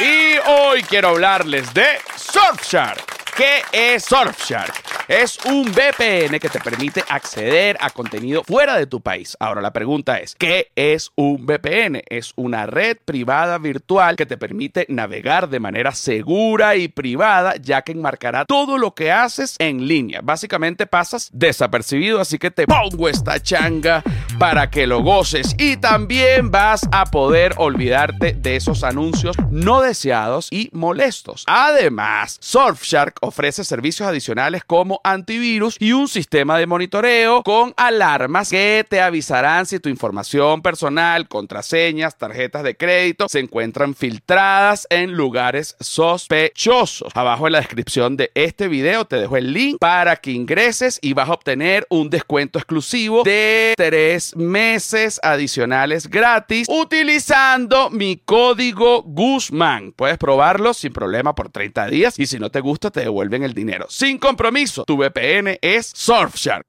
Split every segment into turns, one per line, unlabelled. Y hoy quiero hablarles de Surfshark. ¿Qué es Surfshark? Es un VPN que te permite acceder a contenido fuera de tu país. Ahora la pregunta es, ¿qué es un VPN? Es una red privada virtual que te permite navegar de manera segura y privada, ya que enmarcará todo lo que haces en línea. Básicamente pasas desapercibido, así que te pongo esta changa para que lo goces y también vas a poder olvidarte de esos anuncios no deseados y molestos. Además, Surfshark ofrece servicios adicionales como antivirus y un sistema de monitoreo con alarmas que te avisarán si tu información personal, contraseñas, tarjetas de crédito se encuentran filtradas en lugares sospechosos. Abajo en la descripción de este video te dejo el link para que ingreses y vas a obtener un descuento exclusivo de 3 meses adicionales gratis utilizando mi código Guzmán. Puedes probarlo sin problema por 30 días y si no te gusta te devuelven el dinero. Sin compromiso, tu VPN es Surfshark.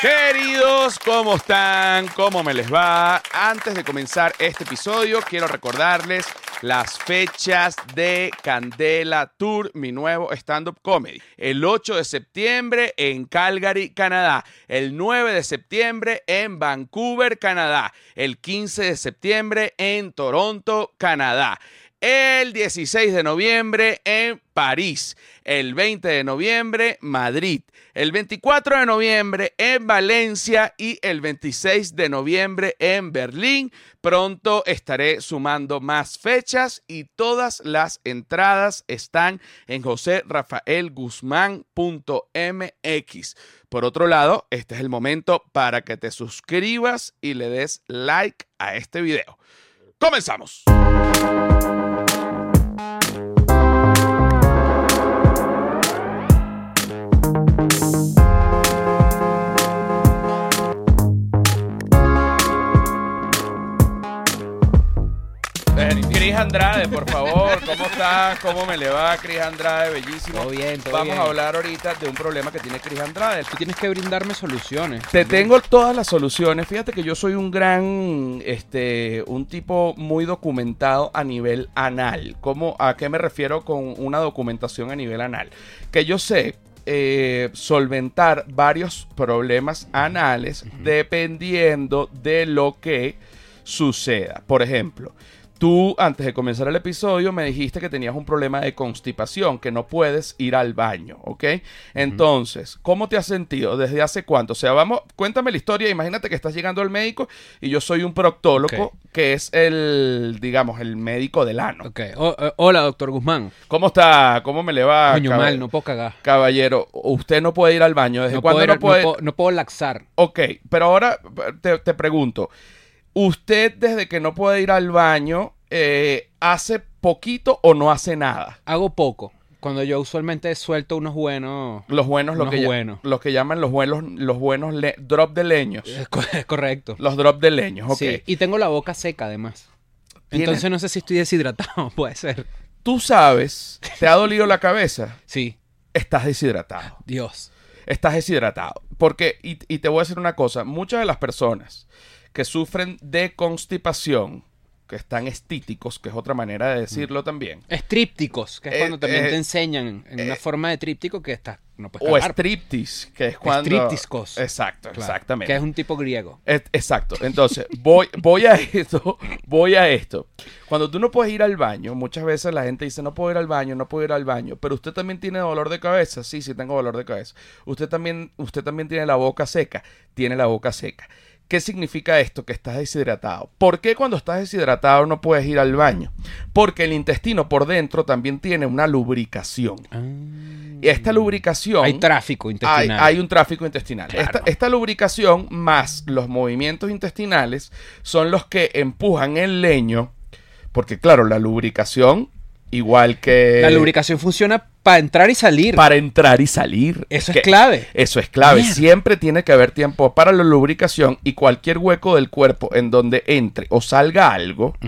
Queridos, ¿cómo están? ¿Cómo me les va? Antes de comenzar este episodio, quiero recordarles las fechas de Candela Tour, mi nuevo stand-up comedy. El 8 de septiembre en Calgary, Canadá. El 9 de septiembre en Vancouver, Canadá. El 15 de septiembre en Toronto, Canadá el 16 de noviembre en París, el 20 de noviembre Madrid, el 24 de noviembre en Valencia y el 26 de noviembre en Berlín. Pronto estaré sumando más fechas y todas las entradas están en joserrafaelguzmán.mx. Por otro lado, este es el momento para que te suscribas y le des like a este video. ¡Comenzamos! Cris Andrade, por favor, ¿cómo estás? ¿Cómo me le va, Cris Andrade? Bellísimo.
Todo bien, todo
Vamos
bien.
a hablar ahorita de un problema que tiene Cris Andrade.
Tú tienes que brindarme soluciones.
Te tengo todas las soluciones. Fíjate que yo soy un gran, este, un tipo muy documentado a nivel anal. ¿Cómo, ¿A qué me refiero con una documentación a nivel anal? Que yo sé eh, solventar varios problemas anales dependiendo de lo que suceda. Por ejemplo, tú antes de comenzar el episodio me dijiste que tenías un problema de constipación, que no puedes ir al baño, ¿ok? Entonces, ¿cómo te has sentido? ¿Desde hace cuánto? O sea, vamos, cuéntame la historia. Imagínate que estás llegando al médico y yo soy un proctólogo,
Ok.
que es el, digamos, el médico del ano.
Ok. O- eh, hola, doctor Guzmán.
¿Cómo está? ¿Cómo me le va?
Coño,
cabe-
mal, no puedo cagar.
Caballero, usted no puede ir al baño. ¿Desde
No puedo,
cuándo
ir-
no puede?
no puedo- no puedo laxar.
Ok, pero ahora te, te pregunto, ¿usted desde que no puede ir al baño eh, hace poquito o no hace nada?
Hago poco. Cuando yo usualmente suelto unos buenos...
Los buenos, los
Unos
que, ll-
buenos.
los que llaman los buenos, los buenos le- drop de leños.
Es co- es correcto.
Los drop de leños, ok.
Sí, Y tengo la boca seca, además.
Tienes-
Entonces no sé si estoy deshidratado. Puede ser.
Tú sabes, te ha dolido la cabeza,
Sí.
estás deshidratado.
Dios.
estás deshidratado. Porque, y, y te voy a decir una cosa, muchas de las personas que sufren de constipación, que están estíticos, que es otra manera de
Mm.
decirlo también,
Es trípticos, que es
Eh,
cuando también
eh,
te enseñan en una forma de tríptico que estás... No puedes
o este,
cagar.
striptease, que es cuando...
Striptiscos.
Exacto,
Claro,
exactamente.
Que es un tipo griego.
Es- Exacto. Entonces, voy, voy a esto, voy a esto. Cuando tú no puedes ir al baño, muchas veces la gente dice, no puedo ir al baño, no puedo ir al baño, pero usted también tiene dolor de cabeza. Sí, sí, tengo dolor de cabeza. Usted también, usted también tiene la boca seca, tiene la boca seca. ¿Qué significa esto? Que estás deshidratado. ¿Por qué cuando estás deshidratado no puedes ir al baño? Porque el intestino por dentro también tiene una lubricación. Y esta lubricación...
Mm. Hay tráfico
Hay,
intestinal.
hay un tráfico intestinal.
Claro.
Esta, esta lubricación más los movimientos intestinales son los que empujan el leño, porque claro, la lubricación, igual que... Eh,
La lubricación funciona para entrar y salir.
para entrar y salir.
Eso
Que-
es clave.
Eso es clave.
Mierda.
Siempre tiene que haber tiempo para la lubricación y cualquier hueco del cuerpo en donde entre o salga algo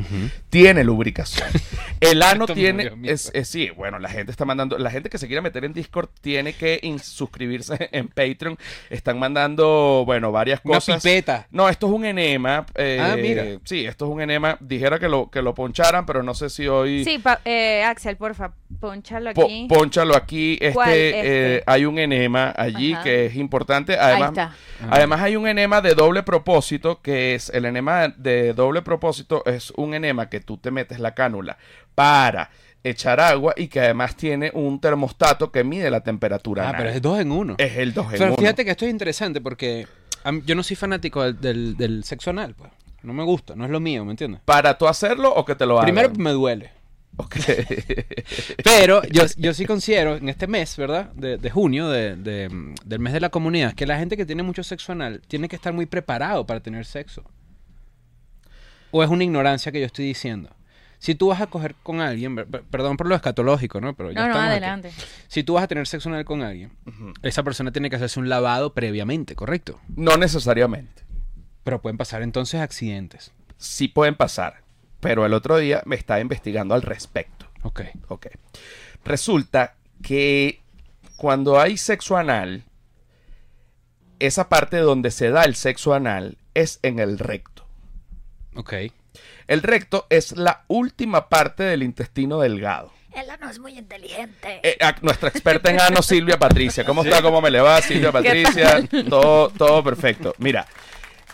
tiene lubricación. El ano
Esto me
tiene.
dio miedo.
Es, es- sí, bueno, la gente está mandando. La gente que se quiera meter en Discord tiene que ins- suscribirse en Patreon. Están mandando, bueno, varias
Una
cosas.
pipeta.
No, esto es un enema. eh,
Ah, mira.
Sí, esto es un enema. Dijera que lo, que lo poncharan, pero no sé si hoy.
Sí, pa- eh, Axel, porfa, ponchalo
Po-
aquí.
Pónchalo aquí. Este,
¿Cuál? Este.
eh, hay un enema allí
Ajá.
que es importante.
Ahí
Además,
está.
además hay un enema de doble propósito que es el enema de doble propósito es un enema que tú te metes la cánula para echar agua y que además tiene un termostato que mide la temperatura.
Ah,
anal.
pero
es,
es dos en uno.
el 2 en
Pero
uno.
fíjate que esto es interesante porque a mí- yo no soy fanático del, del- del sexo anal, pues. No me gusta, no es lo mío, ¿me entiendes?
Para tú hacerlo o que te lo hagan.
Primero me duele.
Ok.
Pero yo, yo sí considero en este mes, ¿verdad? De, de junio, de- de, mm, del mes de la comunidad, que la gente que tiene mucho sexo anal tiene que estar muy preparado para tener sexo. O es una ignorancia que yo estoy diciendo. Si tú vas a coger con alguien, per- per- perdón por lo escatológico, ¿no? Pero ya
No, no,
estamos aquí.
adelante.
Si tú vas a tener sexo anal con alguien,
Ujú.
esa persona tiene que hacerse un lavado previamente, ¿correcto?
no necesariamente.
Pero pueden pasar entonces accidentes.
Sí pueden pasar. Pero el otro día me estaba investigando al respecto.
Ok.
Ok. Resulta que cuando hay sexo anal, esa parte donde se da el sexo anal es en el recto.
Ok.
El recto es la última parte del intestino delgado.
Ella no es muy inteligente.
Eh, a- nuestra experta en ano, Silvia Patricia. ¿Cómo está? ¿Cómo me le va, Silvia Patricia? Todo, todo perfecto. Mira,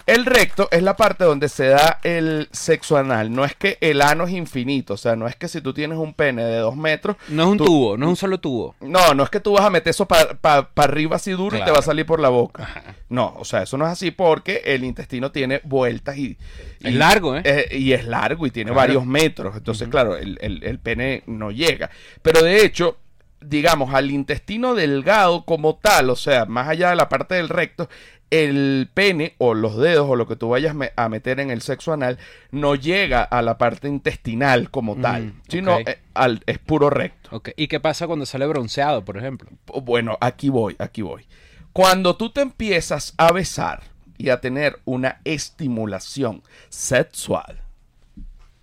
el recto es la parte donde se da el sexo anal. No es que el ano es infinito. O sea, no es que si tú tienes un pene de dos metros,
No es un
Tú-
tubo, no es un solo tubo.
No, no es que tú vas a meter eso para arriba así duro y te
Claro.
va a salir por la boca. No, o sea, eso no es así porque el intestino tiene vueltas y... y-
Es largo, ¿eh?
Y es largo y tiene
Claro.
varios metros. Entonces, claro, el, el- el pene no llega. Pero de hecho, digamos, al intestino delgado como tal, o sea, más allá de la parte del recto, el pene o los dedos o lo que tú vayas me- a meter en el sexo anal no llega a la parte intestinal como tal,
Mm,
sino
ok.
eh, al- es puro recto.
Ok. ¿Y qué pasa cuando sale bronceado, por ejemplo?
Bueno, aquí voy, aquí voy. Cuando tú te empiezas a besar y a tener una estimulación sexual,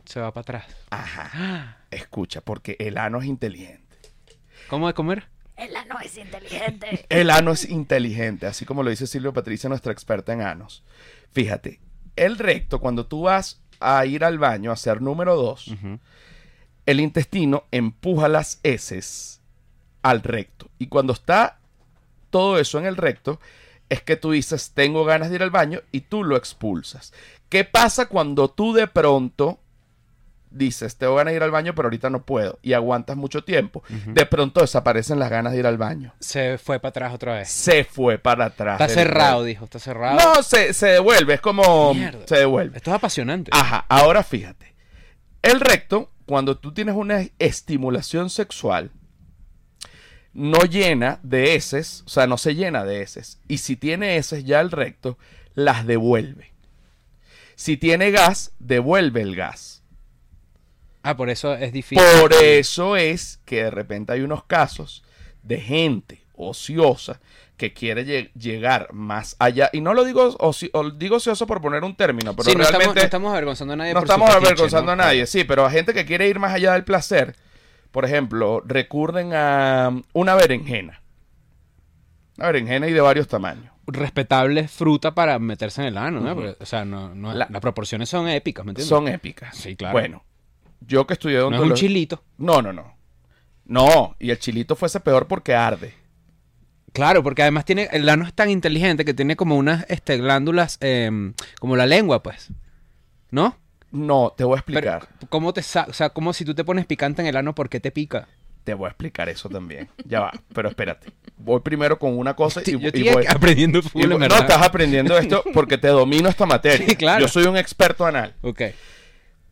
Se va para atrás.
ajá, escucha, porque el ano es inteligente.
¿Cómo de comer?
Ella no es inteligente.
El ano es inteligente, así como lo dice Silvia Patricia, nuestra experta en anos. Fíjate, el recto, cuando tú vas a ir al baño a hacer número 2, el intestino empuja las heces al recto. Y cuando está todo eso en el recto, es que tú dices, tengo ganas de ir al baño y tú lo expulsas. ¿Qué pasa cuando tú de pronto dices, tengo ganas de ir al baño, pero ahorita no puedo? Y aguantas mucho tiempo. De pronto desaparecen las ganas de ir al baño
Se fue para atrás otra vez.
se fue para atrás.
Está
del
cerrado,
gol.
dijo. Está cerrado.
No, se, se devuelve, es como...
Mierda.
Se devuelve.
Esto es apasionante.
Ajá, ahora fíjate. El recto, cuando tú tienes una estimulación sexual, no llena de heces, o sea, no se llena de heces. Y si tiene heces ya el recto, las devuelve. Si tiene gas, devuelve el gas.
Ah, por eso es difícil.
Por eso es que de repente hay unos casos de gente ociosa que quiere lle- llegar más allá. Y no lo digo, oci- o digo ocioso por poner un término, pero
Sí, no,
realmente
estamos, no estamos avergonzando a nadie.
no
por su
estamos
fetiche,
avergonzando
¿no?
a nadie, sí, pero a gente que quiere ir más allá del placer, por ejemplo, recurren a um, una berenjena. Una berenjena y de varios tamaños.
Respetable fruta para meterse en el ano, ¿no? Porque, O sea, no, no-
La-
las proporciones son épicas, ¿me entiendes?
Son épicas.
Sí, claro.
Bueno, yo que estudié
no es un
odontología-
chilito.
No, no, no. No, y el chilito fuese peor porque arde.
Claro, porque además tiene, el ano es tan inteligente que tiene como unas este, glándulas, em, como la lengua, pues. ¿No?
No, te voy a
Pero,
explicar.
¿cómo te sa- O sea, como si tú te pones picante en el ano, ¿por qué te pica?
Te voy a explicar eso también. Ya va, pero espérate. Voy primero con una cosa y,
Sí, yo
y
estoy
voy.
aquí aprendiendo
y
full, en
voy- no,
verdad.
estás aprendiendo esto porque te domino esta materia.
Sí, claro.
Yo soy un experto anal.
Ok.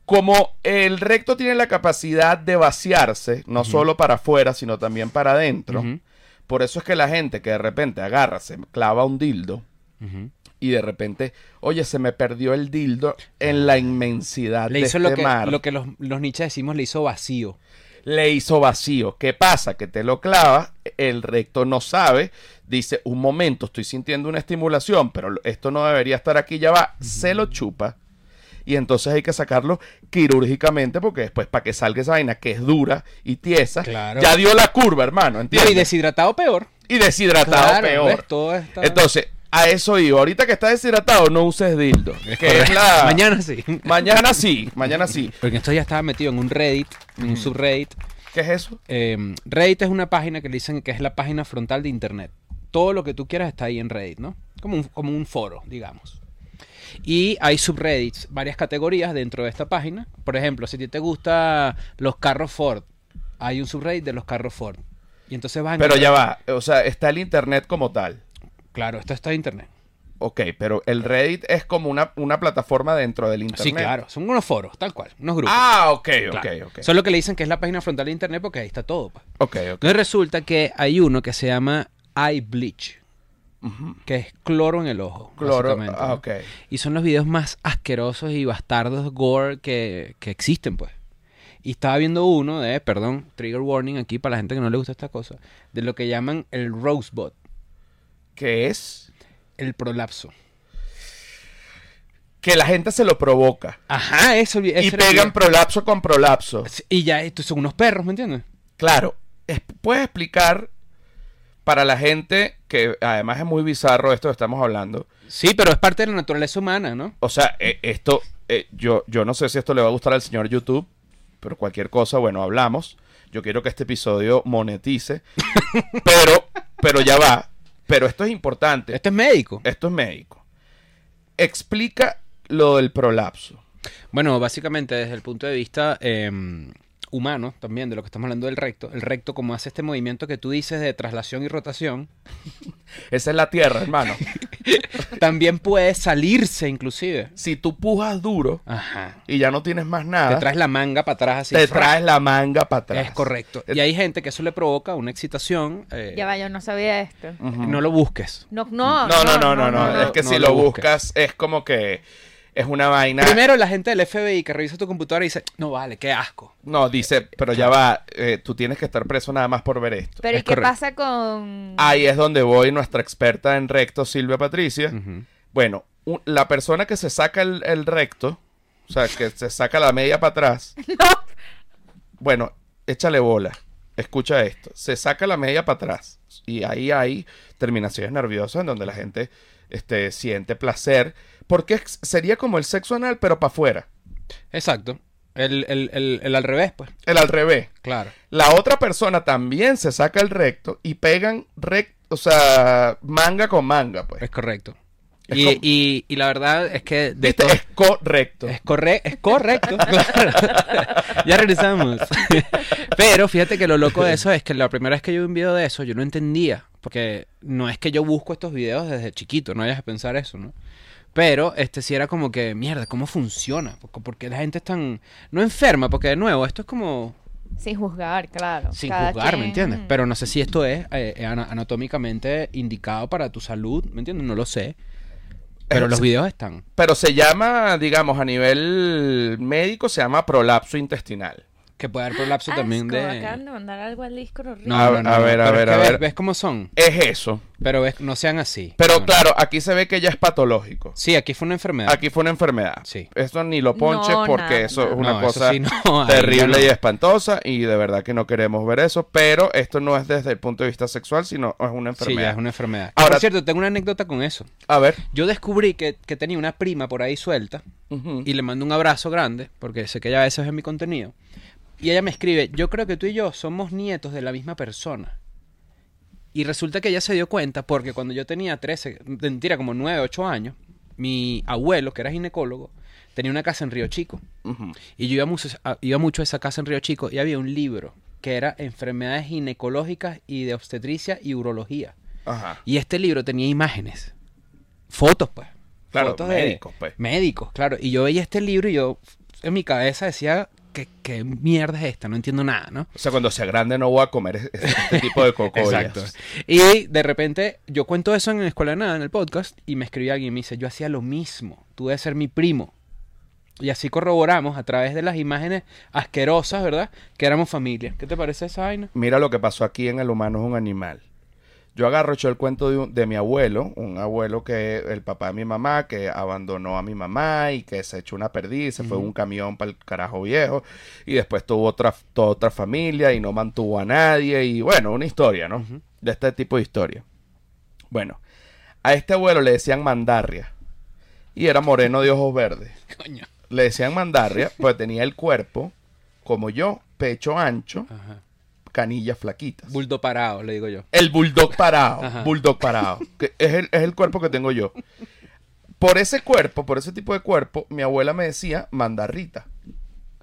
Como el recto tiene la capacidad de vaciarse, no solo para afuera, sino también para adentro,
Ujú.
por eso es que la gente que de repente agarra, se clava un dildo
Ujú.
y de repente, oye, se me perdió el dildo en la inmensidad
Le
de
hizo
este
lo que,
mar.
lo que los, los nichas decimos, le hizo vacío.
le hizo vacío. ¿Qué pasa? Que te lo clava, el recto no sabe, dice, un momento, estoy sintiendo una estimulación, pero esto no debería estar aquí, ya va, se lo chupa. Y entonces hay que sacarlo quirúrgicamente porque después para que salga esa vaina que es dura y tiesa,
Claro.
ya dio la curva, hermano,
No,
¿entiendes?
y deshidratado peor.
y deshidratado
Claro,
peor.
ves, todo está-
Entonces, a eso iba. Ahorita que está deshidratado, no uses dildo. que es la-
Mañana sí.
Mañana sí, mañana sí.
Porque esto ya estaba metido en un Reddit, en un subreddit.
¿Qué es eso?
Eh, Reddit es una página que le dicen que es la página frontal de Internet. Todo lo que tú quieras está ahí en Reddit, ¿no? Como un, como un foro, digamos. Y hay subreddits, varias categorías dentro de esta página. Por ejemplo, si a ti te gusta los carros Ford, hay un subreddit de los carros Ford. Y entonces vas a
Pero
encontrar-
ya va, o sea, está el internet como tal.
Claro, esto está en Internet.
Ok, pero el Reddit es como una, una plataforma dentro del internet.
Sí, claro. Son unos foros, tal cual. Unos grupos.
Ah, ok, ok,
Claro.
ok.
Solo que le dicen que es la página frontal de Internet porque ahí está todo. pues.
Ok, ok.
Entonces resulta que hay uno que se llama eye bleach, que es cloro en el ojo.
Cloro.
básicamente,
Ah,
¿no?
ok.
Y son los videos más asquerosos y bastardos gore que, que existen, pues. Y estaba viendo uno de, perdón, trigger warning aquí para la gente que no le gusta esta cosa, de lo que llaman el rosebud,
¿Qué es?
el prolapso.
Que la gente se lo provoca.
Ajá, Ah, eso. eso
Y
era
pegan
el-
prolapso con prolapso.
Y ya, estos son unos perros, ¿me entiendes?
Claro, es- puedes explicar para la gente que además es muy bizarro esto que estamos hablando.
Sí, pero es parte de la naturaleza humana, ¿no?
O sea, eh, esto, eh, yo, yo no sé si esto le va a gustar al señor YouTube, pero cualquier cosa, bueno, hablamos. Yo quiero que este episodio monetice, pero, pero ya va. Pero esto es importante.
Esto Este es médico.
Esto es médico. Explica lo del prolapso.
Bueno, básicamente desde el punto de vista eh, humano, también de lo que estamos hablando del recto, el recto como hace este movimiento que tú dices de traslación y rotación,
Esa es la tierra, hermano.
también puede salirse inclusive.
Si tú pujas duro
Ajá.
y ya no tienes más
Te
nada,
traes la manga para atrás así.
Ah. te traes la manga para atrás.
Es correcto. Y hay gente que eso le provoca una excitación. eh,
Ya va, yo no sabía esto.
Ujú.
No lo busques.
No, no,
No, no, no, no, no. Es que
no
si
lo
lo
busques.
buscas, es como que es una vaina.
Primero la gente del FBI que revisa tu computadora y dice, no vale, qué asco.
No, dice, pero ya va, eh, tú tienes que estar preso nada más por ver esto.
Pero ¿y
Es
qué
correcto. Ah.
pasa con...?
Ahí es donde voy nuestra experta en recto, Silvia Patricia.
Ujú.
Bueno, u- la persona que se saca el, el recto, o sea, que se saca la media para atrás. Bueno, échale bola. Escucha esto. Se saca la media para atrás. Y ahí hay terminaciones nerviosas en donde la gente este, siente placer. Porque es- sería como el sexo anal, pero para afuera.
Exacto. El, el- el- el al revés, pues.
El al revés.
Claro.
La otra persona también se saca el recto y pegan recto, o sea, manga con manga, pues.
Es correcto.
Es
y,
como-
y- y la verdad es que de
¿Viste?
todo-
Es correcto.
es, corre- es correcto. claro. ya regresamos. Pero fíjate que lo loco de eso es que la primera vez que yo vi un video de eso, yo no entendía. Porque no es que yo busco estos videos desde chiquito, no vayas a pensar eso, ¿no? Pero este sí era como que, mierda, ¿cómo funciona? Porque, porque la gente es tan. No enferma, porque de nuevo, esto es como.
Sin juzgar, claro.
Sin
Cada
juzgar, ¿me
quien-
entiendes? Pero no sé si esto es eh, ana- anatómicamente indicado para tu salud, ¿me entiendes? No lo sé. Pero
Eh,
los
sí.
videos están.
Pero se llama, digamos, a nivel médico, se llama prolapso intestinal.
Que puede haber prolapso también
Asco,
de...
acaban de mandar algo al disco horrible.
No,
A-
no, no,
a
no,
ver, a
pero es
ver,
que
a
ves-
ver.
¿Ves cómo son?
Es eso.
Pero ves, no sean así.
Pero
No.
claro, aquí se ve que ya es patológico.
Sí, aquí fue una enfermedad.
Aquí fue una enfermedad.
Ah. Sí.
Eso ni lo ponches
No,
porque
nada,
eso es
nada.
una
No, eso
cosa
sí, no, ahí
terrible
ya no.
y espantosa y de verdad que no queremos ver eso. Pero esto no es desde el punto de vista sexual, sino es una
sí, ya
enfermedad.
es una enfermedad.
Ahora-
Por cierto, tengo una anécdota con eso.
A ver.
Yo descubrí que, que tenía una prima por ahí suelta
Ujú.
y le mando un abrazo grande porque sé que ella a veces ve mi contenido. Y ella me escribe, yo creo que tú y yo somos nietos de la misma persona. Y resulta que ella se dio cuenta porque cuando yo tenía 13, mentira, como 9, 8 años, mi abuelo, que era ginecólogo, tenía una casa en Río Chico.
Ujú.
Y yo iba mucho, a- iba mucho a esa casa en Río Chico y había un libro que era Enfermedades ginecológicas y de obstetricia y urología.
Ajá.
Y este libro tenía imágenes, fotos, pues.
Claro,
fotos
médicos, pues.
Médicos, claro. Y yo veía este libro y yo en mi cabeza decía, ¿qué, qué mierda es esta? No entiendo nada, ¿no?
O sea, cuando sea grande no voy a comer es- es- este tipo de cocoyas.
Y de repente yo cuento eso en la escuela de nada, en el podcast, y me escribió alguien y me dice, yo hacía lo mismo, tú debes ser mi primo. Y así corroboramos a través de las imágenes asquerosas, ¿verdad? Que éramos familia. ¿Qué te parece esa vaina?
Mira lo que pasó aquí en El humano es un animal. Yo agarro yo el cuento de, un- de mi abuelo, un abuelo que el papá de mi mamá, que abandonó a mi mamá y que se echó una perdiz, se fue en un camión para el carajo viejo y después tuvo otra, toda otra familia y no mantuvo a nadie y bueno, una historia, ¿no? De este tipo de historia. Bueno, a este abuelo le decían mandarria y era moreno de ojos verdes
Coño.
le decían mandarria, pues tenía el cuerpo, como yo, pecho ancho,
Ajá.
canillas flaquitas.
Buldo parado, le digo yo.
el bulldog parado,
Ajá.
bulldog parado, que es el, es el cuerpo que tengo yo. Por ese cuerpo, por ese tipo de cuerpo, mi abuela me decía mandarrita,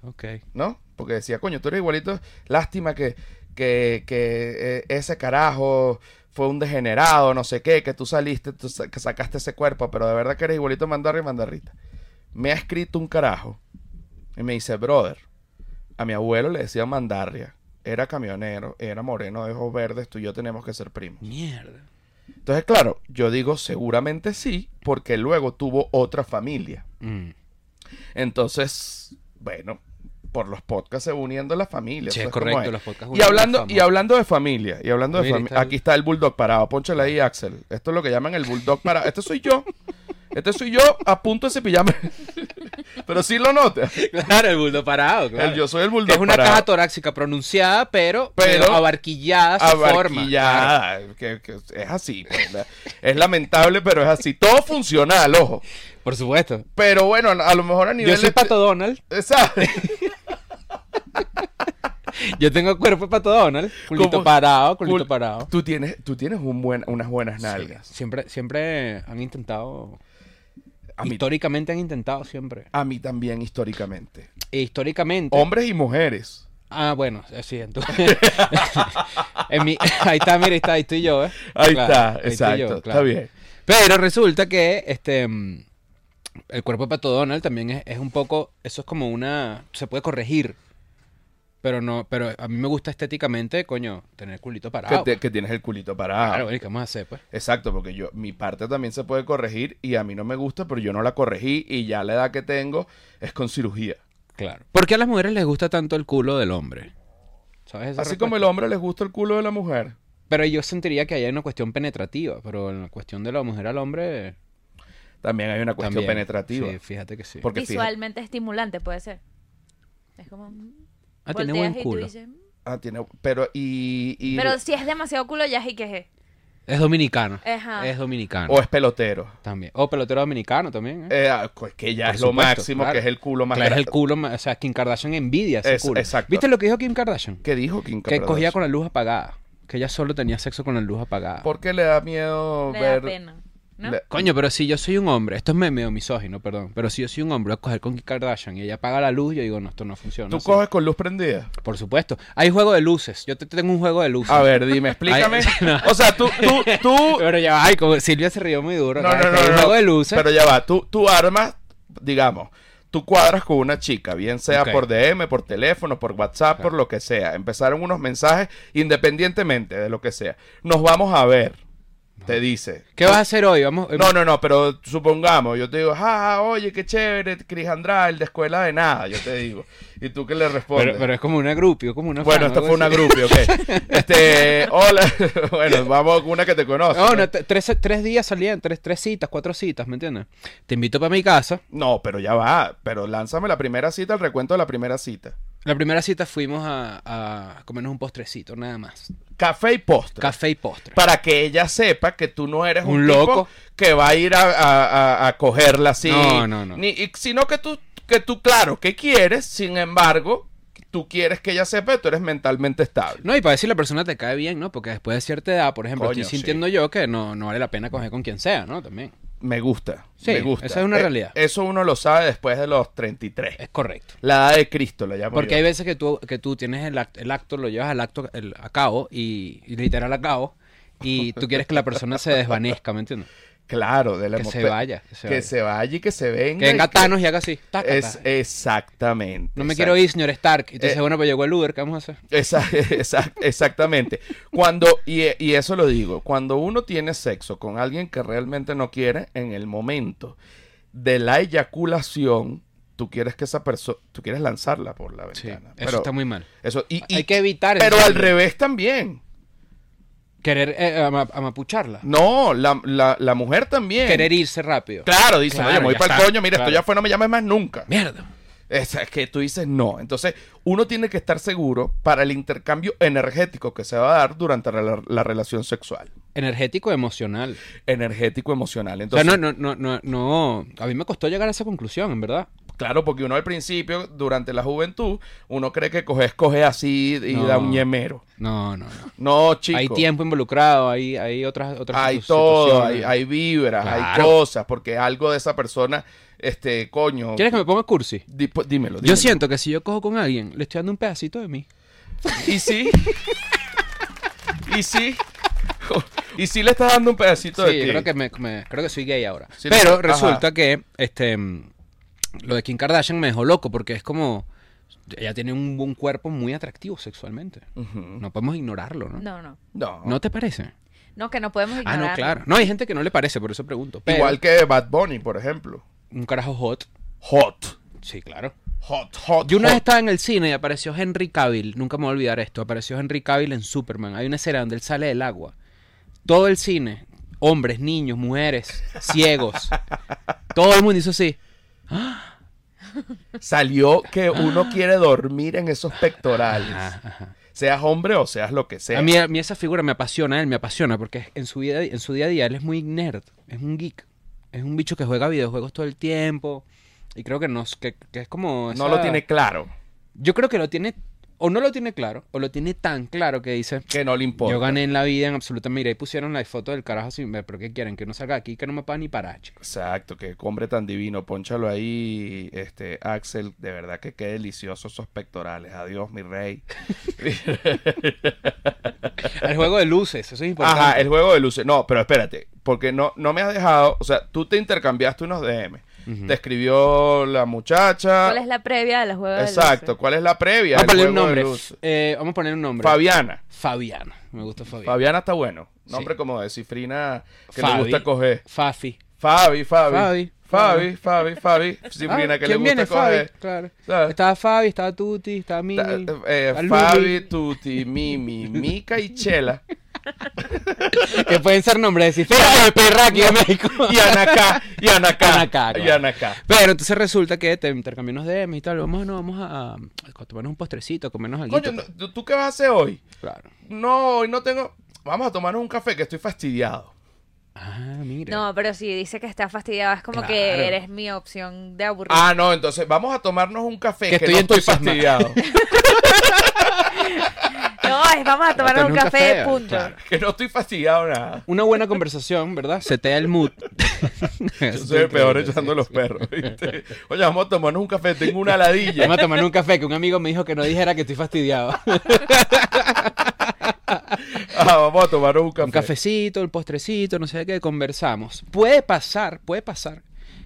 Ok.
¿no? Porque decía, coño, tú eres igualito, lástima que, que, que, eh, ese carajo fue un degenerado, no sé qué, que tú saliste, tú sa- que sacaste ese cuerpo, pero de verdad que eres igualito a mandarria y mandarrita. Me ha escrito un carajo y me dice, brother, a mi abuelo le decía mandarria, era camionero, era moreno de ojos verdes, tú y yo tenemos que ser primos.
Mierda.
Entonces, claro, yo digo seguramente sí, porque luego tuvo otra familia.
Mm.
Entonces, bueno, por los podcasts se va uniendo la familia.
Sí,
eso
es
es como
correcto,
es.
los podcasts
Y
unidos
hablando,
son
y hablando de familia, y hablando de
Mira,
familia,
está el-
aquí está el bulldog parado, ponchale ahí, Axel. Esto es lo que llaman el bulldog parado. Este soy yo. Este soy yo a punto de cepillarme. Pero sí lo notas.
Claro, el buldo parado, claro.
El yo soy el
Que
bulldog
es una
parado.
caja torácica pronunciada, pero,
Pero-
medio abarquillada a su forma. claro.
Abarquillada, que- que es así. pues, la- es lamentable, pero es así. Todo funcional, ojo.
Por supuesto.
Pero bueno, a lo mejor a nivel
Yo soy
de-
Pato Donald.
Exacto.
Yo tengo cuerpo de Pato Donald. Culito
Como-
parado, culito
Cul-
parado.
Tú tienes, tú tienes un buen, unas buenas nalgas.
Sí, Siempre, siempre han intentado.
A mí,
históricamente han intentado siempre.
a mí también históricamente.
E históricamente.
Hombres y mujeres.
Ah, bueno, eh, sí, entonces. en mi- ahí está, mira, ahí está, ahí estoy yo, ¿eh?
Ahí
Claro,
está,
ahí estoy
exacto.
yo,
Está
claro.
bien.
Pero resulta que este mm, el cuerpo de Pato Donald también es, es un poco. Eso es como una. se puede corregir. Pero no, pero a mí me gusta estéticamente, coño, tener el culito
Que,
parado.
te- que tienes el culito parado.
Claro, ¿y ¿qué vamos a hacer, pues?
Exacto, porque yo, mi parte también se puede corregir y a mí no me gusta, pero yo no la corregí y ya la edad que tengo es con cirugía.
Claro. ¿Por qué a las mujeres les gusta tanto el culo del hombre? ¿Sabes esa
Así como el
respuesta?
hombre les gusta el culo de la mujer.
Pero yo sentiría que ahí hay una cuestión penetrativa, pero en la cuestión de la mujer al hombre.
También hay una cuestión
también.
penetrativa.
Sí, fíjate que sí.
Porque fíjate-
Visualmente estimulante puede ser. Es como. mm,
Ah, tiene
volteas
buen
y tú
culo.
dices, mm.
Ah, tiene- pero y, y-
Pero si es demasiado culo, ya es y que es.
Es dominicano.
Ajá.
Es dominicano.
o es pelotero.
También. O pelotero dominicano también. ¿eh?
Eh, ah, pues que ya
Por
es lo
supuesto,
máximo,
claro.
que es el culo más
Claro, es el
grande.
culo más- O sea, Kim Kardashian envidia ese
Es-
culo.
exacto.
¿Viste lo que dijo Kim Kardashian?
¿Qué dijo Kim
Que
Kardashian?
cogía con la luz apagada. Que ella solo tenía sexo con la luz apagada.
¿Por qué le da miedo
Le
ver?
da pena. ¿No?
le-
Coño, pero si yo soy un hombre, esto es me- medio misógino, perdón, pero si yo soy un hombre, voy a coger con Kim Kardashian y ella apaga la luz, yo digo, no, esto no funciona.
¿Tú
así.
coges con luz prendida?
Por supuesto. Hay juego de luces. Yo te- tengo un juego de luces.
A ver, dime, explícame.
Ay, no.
O sea, tú, tú, tú.
Pero ya va, ay, como Silvia se rió muy duro.
No,
acá,
no,
que
no,
hay un
no.
juego de luces.
Pero ya va, tú, tú armas, digamos, tú cuadras con una chica, bien sea
Ok.
por DM, por teléfono, por WhatsApp, por lo que sea. Empezaron unos mensajes independientemente de lo que sea. Nos vamos a ver, te dice.
¿Qué vas a hacer hoy? Vamos. hoy
No, no, no, pero supongamos, yo te digo, jaja, oye, qué chévere, Cris Andrade, el de escuela de nada, yo te digo. ¿Y tú qué le respondes?
Pero, pero es como una grupi, o como una
Bueno,
fan,
esta
algo
fue una
así.
grupi, ok. Este, hola. bueno, vamos con una que te conoce.
Oh, No,
¿no?
no, te- tres, tres días salían, tres, tres citas, cuatro citas, ¿me entiendes? Te invito para mi casa.
No, pero ya va. Pero lánzame la primera cita, el recuento de la primera cita.
La primera cita fuimos a, a comernos un postrecito, nada más.
Café y postre.
Café y postre.
Para que ella sepa que tú no eres un,
Un
tipo
loco.
que va a ir a, a- a- a cogerla así.
No, no, no.
Ni- y- sino que tú, que tú, claro, que quieres, sin embargo, tú quieres que ella sepa que tú eres mentalmente estable.
No, y para decir la persona te cae bien, ¿no? Porque después de cierta edad, por ejemplo,
Coño,
estoy sintiendo yo que no, no vale la pena coger con quien sea, ¿no? También.
Me gusta.
Sí,
me gusta.
esa es una
Eh,
realidad.
Eso uno lo sabe después de los 33.
Es correcto.
La edad de Cristo, la llamo
Porque
yo.
hay veces que tú, que tú tienes el act- el acto, lo llevas al acto el- a cabo y, y literal a cabo y tú quieres que la persona se desvanezca, ¿me entiendes?
Claro, de la
Que se
atmósfera.
vaya, que se
Que
vaya.
se vaya y que se venga.
Que venga
y
Thanos y haga así. taca, taca.
Es, exactamente.
no me
exact-
quiero ir, señor Stark. Y tú
Eh.
dices, bueno, pues llegó el Uber, ¿qué vamos a hacer?
Esa- esa- exactamente. Cuando, y, y eso lo digo, cuando uno tiene sexo con alguien que realmente no quiere, en el momento de la eyaculación, tú quieres que esa persona, tú quieres lanzarla por la
Sí,
ventana.
eso está muy mal.
Eso, y, y-
Hay que evitar el
Pero al
daño.
revés también.
Querer eh, ama- amapucharla.
No, la, la- la mujer también.
Querer irse rápido.
Claro, dice,
Claro,
oye, me voy
ya
para el
está,
coño, mira,
claro.
esto ya fue, no me llames más nunca.
Mierda.
Es, es que tú dices no. Entonces, uno tiene que estar seguro para el intercambio energético que se va a dar durante la, la relación sexual.
Energético, emocional.
Energético, emocional.
O sea,
Entonces,
no, no, no, no, no. A mí me costó llegar a esa conclusión, en verdad.
Claro, porque uno al principio, durante la juventud, uno cree que coges, coge así y
No.
da un ñemero.
No, no, no.
No, chico.
Hay tiempo involucrado, hay, hay otras, otras
Hay
situ-
todo, hay,
situaciones.
hay vibras, hay
Claro.
cosas, porque algo de esa persona, este, coño.
¿Quieres que me ponga cursi?
Di- po- dímelo, dímelo.
Yo siento que si yo cojo con alguien, le estoy dando un pedacito de mí.
Y sí. y sí. Y sí le estás dando un pedacito
Sí,
de ti.
creo que, me, me- creo que soy gay ahora.
Sí,
Pero
no,
resulta
ajá.
que este mm, lo de Kim Kardashian me dejó loco porque es como. Ella tiene un, un cuerpo muy atractivo sexualmente.
Ujú.
No podemos ignorarlo, ¿no?
No, no.
No.
¿No te parece?
No, que no podemos
Ah,
ignorar.
no, claro. No, hay gente que no le parece, por eso pregunto. Pero
Igual que Bad Bunny, por ejemplo.
un carajo hot.
Hot.
Sí, claro.
Hot, hot.
Yo una
hot.
vez estaba en el cine y apareció Henry Cavill. Nunca me voy a olvidar esto. Apareció Henry Cavill en Superman. Hay una escena donde él sale del agua. Todo el cine, hombres, niños, mujeres, ciegos. todo el mundo hizo así.
Salió que uno quiere dormir en esos pectorales.
Ajá, ajá.
Seas hombre o seas lo que sea.
A mí, a mí esa figura me apasiona, él me apasiona, porque en su, vida, en su día a día él es muy nerd, es un geek, es un bicho que juega videojuegos todo el tiempo, y creo que, nos, que, que es como...
no
esa-
lo tiene claro.
Yo creo que lo tiene, o no lo tiene claro, o lo tiene tan claro que dice,
Que no le importa.
yo gané en la vida en absoluta, mira, y pusieron la foto del carajo sin ver, pero ¿qué quieren? Que no salga aquí, que no me pagan ni para, chico.
Exacto, que hombre tan divino. Pónchalo ahí, este, Axel. De verdad que qué deliciosos esos pectorales. Adiós, mi rey.
El juego de luces, eso es importante.
Ajá, el juego de luces. No, pero espérate, porque no, no me has dejado. O sea, tú te intercambiaste unos DM. Te escribió la muchacha.
¿Cuál es la previa de la juega
Exacto, ¿cuál es la previa?
Vamos a
del
poner un
juego de
nombre.
luces?
eh, vamos a poner un nombre.
Fabiana.
Fabiana. Me gusta Fabiana.
Fabiana está bueno. Nombre
Sí.
como de cifrina que
Fabi.
le gusta coger.
Fafi.
Fabi, Fabi.
Fabi,
Fabi, Fabi, Fabi. Cifrina
Ah,
que le
¿quién
gusta
viene?
coger.
Fabi, claro.
¿Sabes?
Estaba Fabi, estaba Tuti, estaba Mimi.
Ta- eh,
estaba Luli.
Fabi, Tuti, Mimi, Mica y Chela.
Que pueden ser nombres de cifras de perra aquí en México.
Y Anacá. Y Anacá.
Anacá,
Y
claro.
Anacá.
Pero entonces resulta que te intercambiamos DMs y tal. Vamos, no, vamos a, a tomarnos un postrecito, a comernos algo.
Coño, ¿tú- ¿tú qué vas a hacer hoy?
Claro.
No, hoy no tengo. Vamos a tomarnos un café que estoy fastidiado.
Ah, mira.
No, pero si dice que está fastidiado, es como que
Claro.
eres mi opción de aburrido.
Ah, no, entonces vamos a tomarnos un café que,
Que
no
estoy
estoy
entusiasmado.
fastidiado.
No, es vamos a tomar
Tomar
un café, punto.
claro.
que no estoy fastidiado nada.
Una buena conversación, ¿verdad? Se te da el mood.
Yo soy el peor echando los perros. ¿viste? Oye, vamos a tomarnos un café. Tengo una ladilla.
Vamos a tomar un café que un amigo me dijo que no dijera que estoy fastidiado.
Ah, vamos a tomarnos un café.
Un cafecito, el postrecito, no sé qué, conversamos. Puede pasar, puede pasar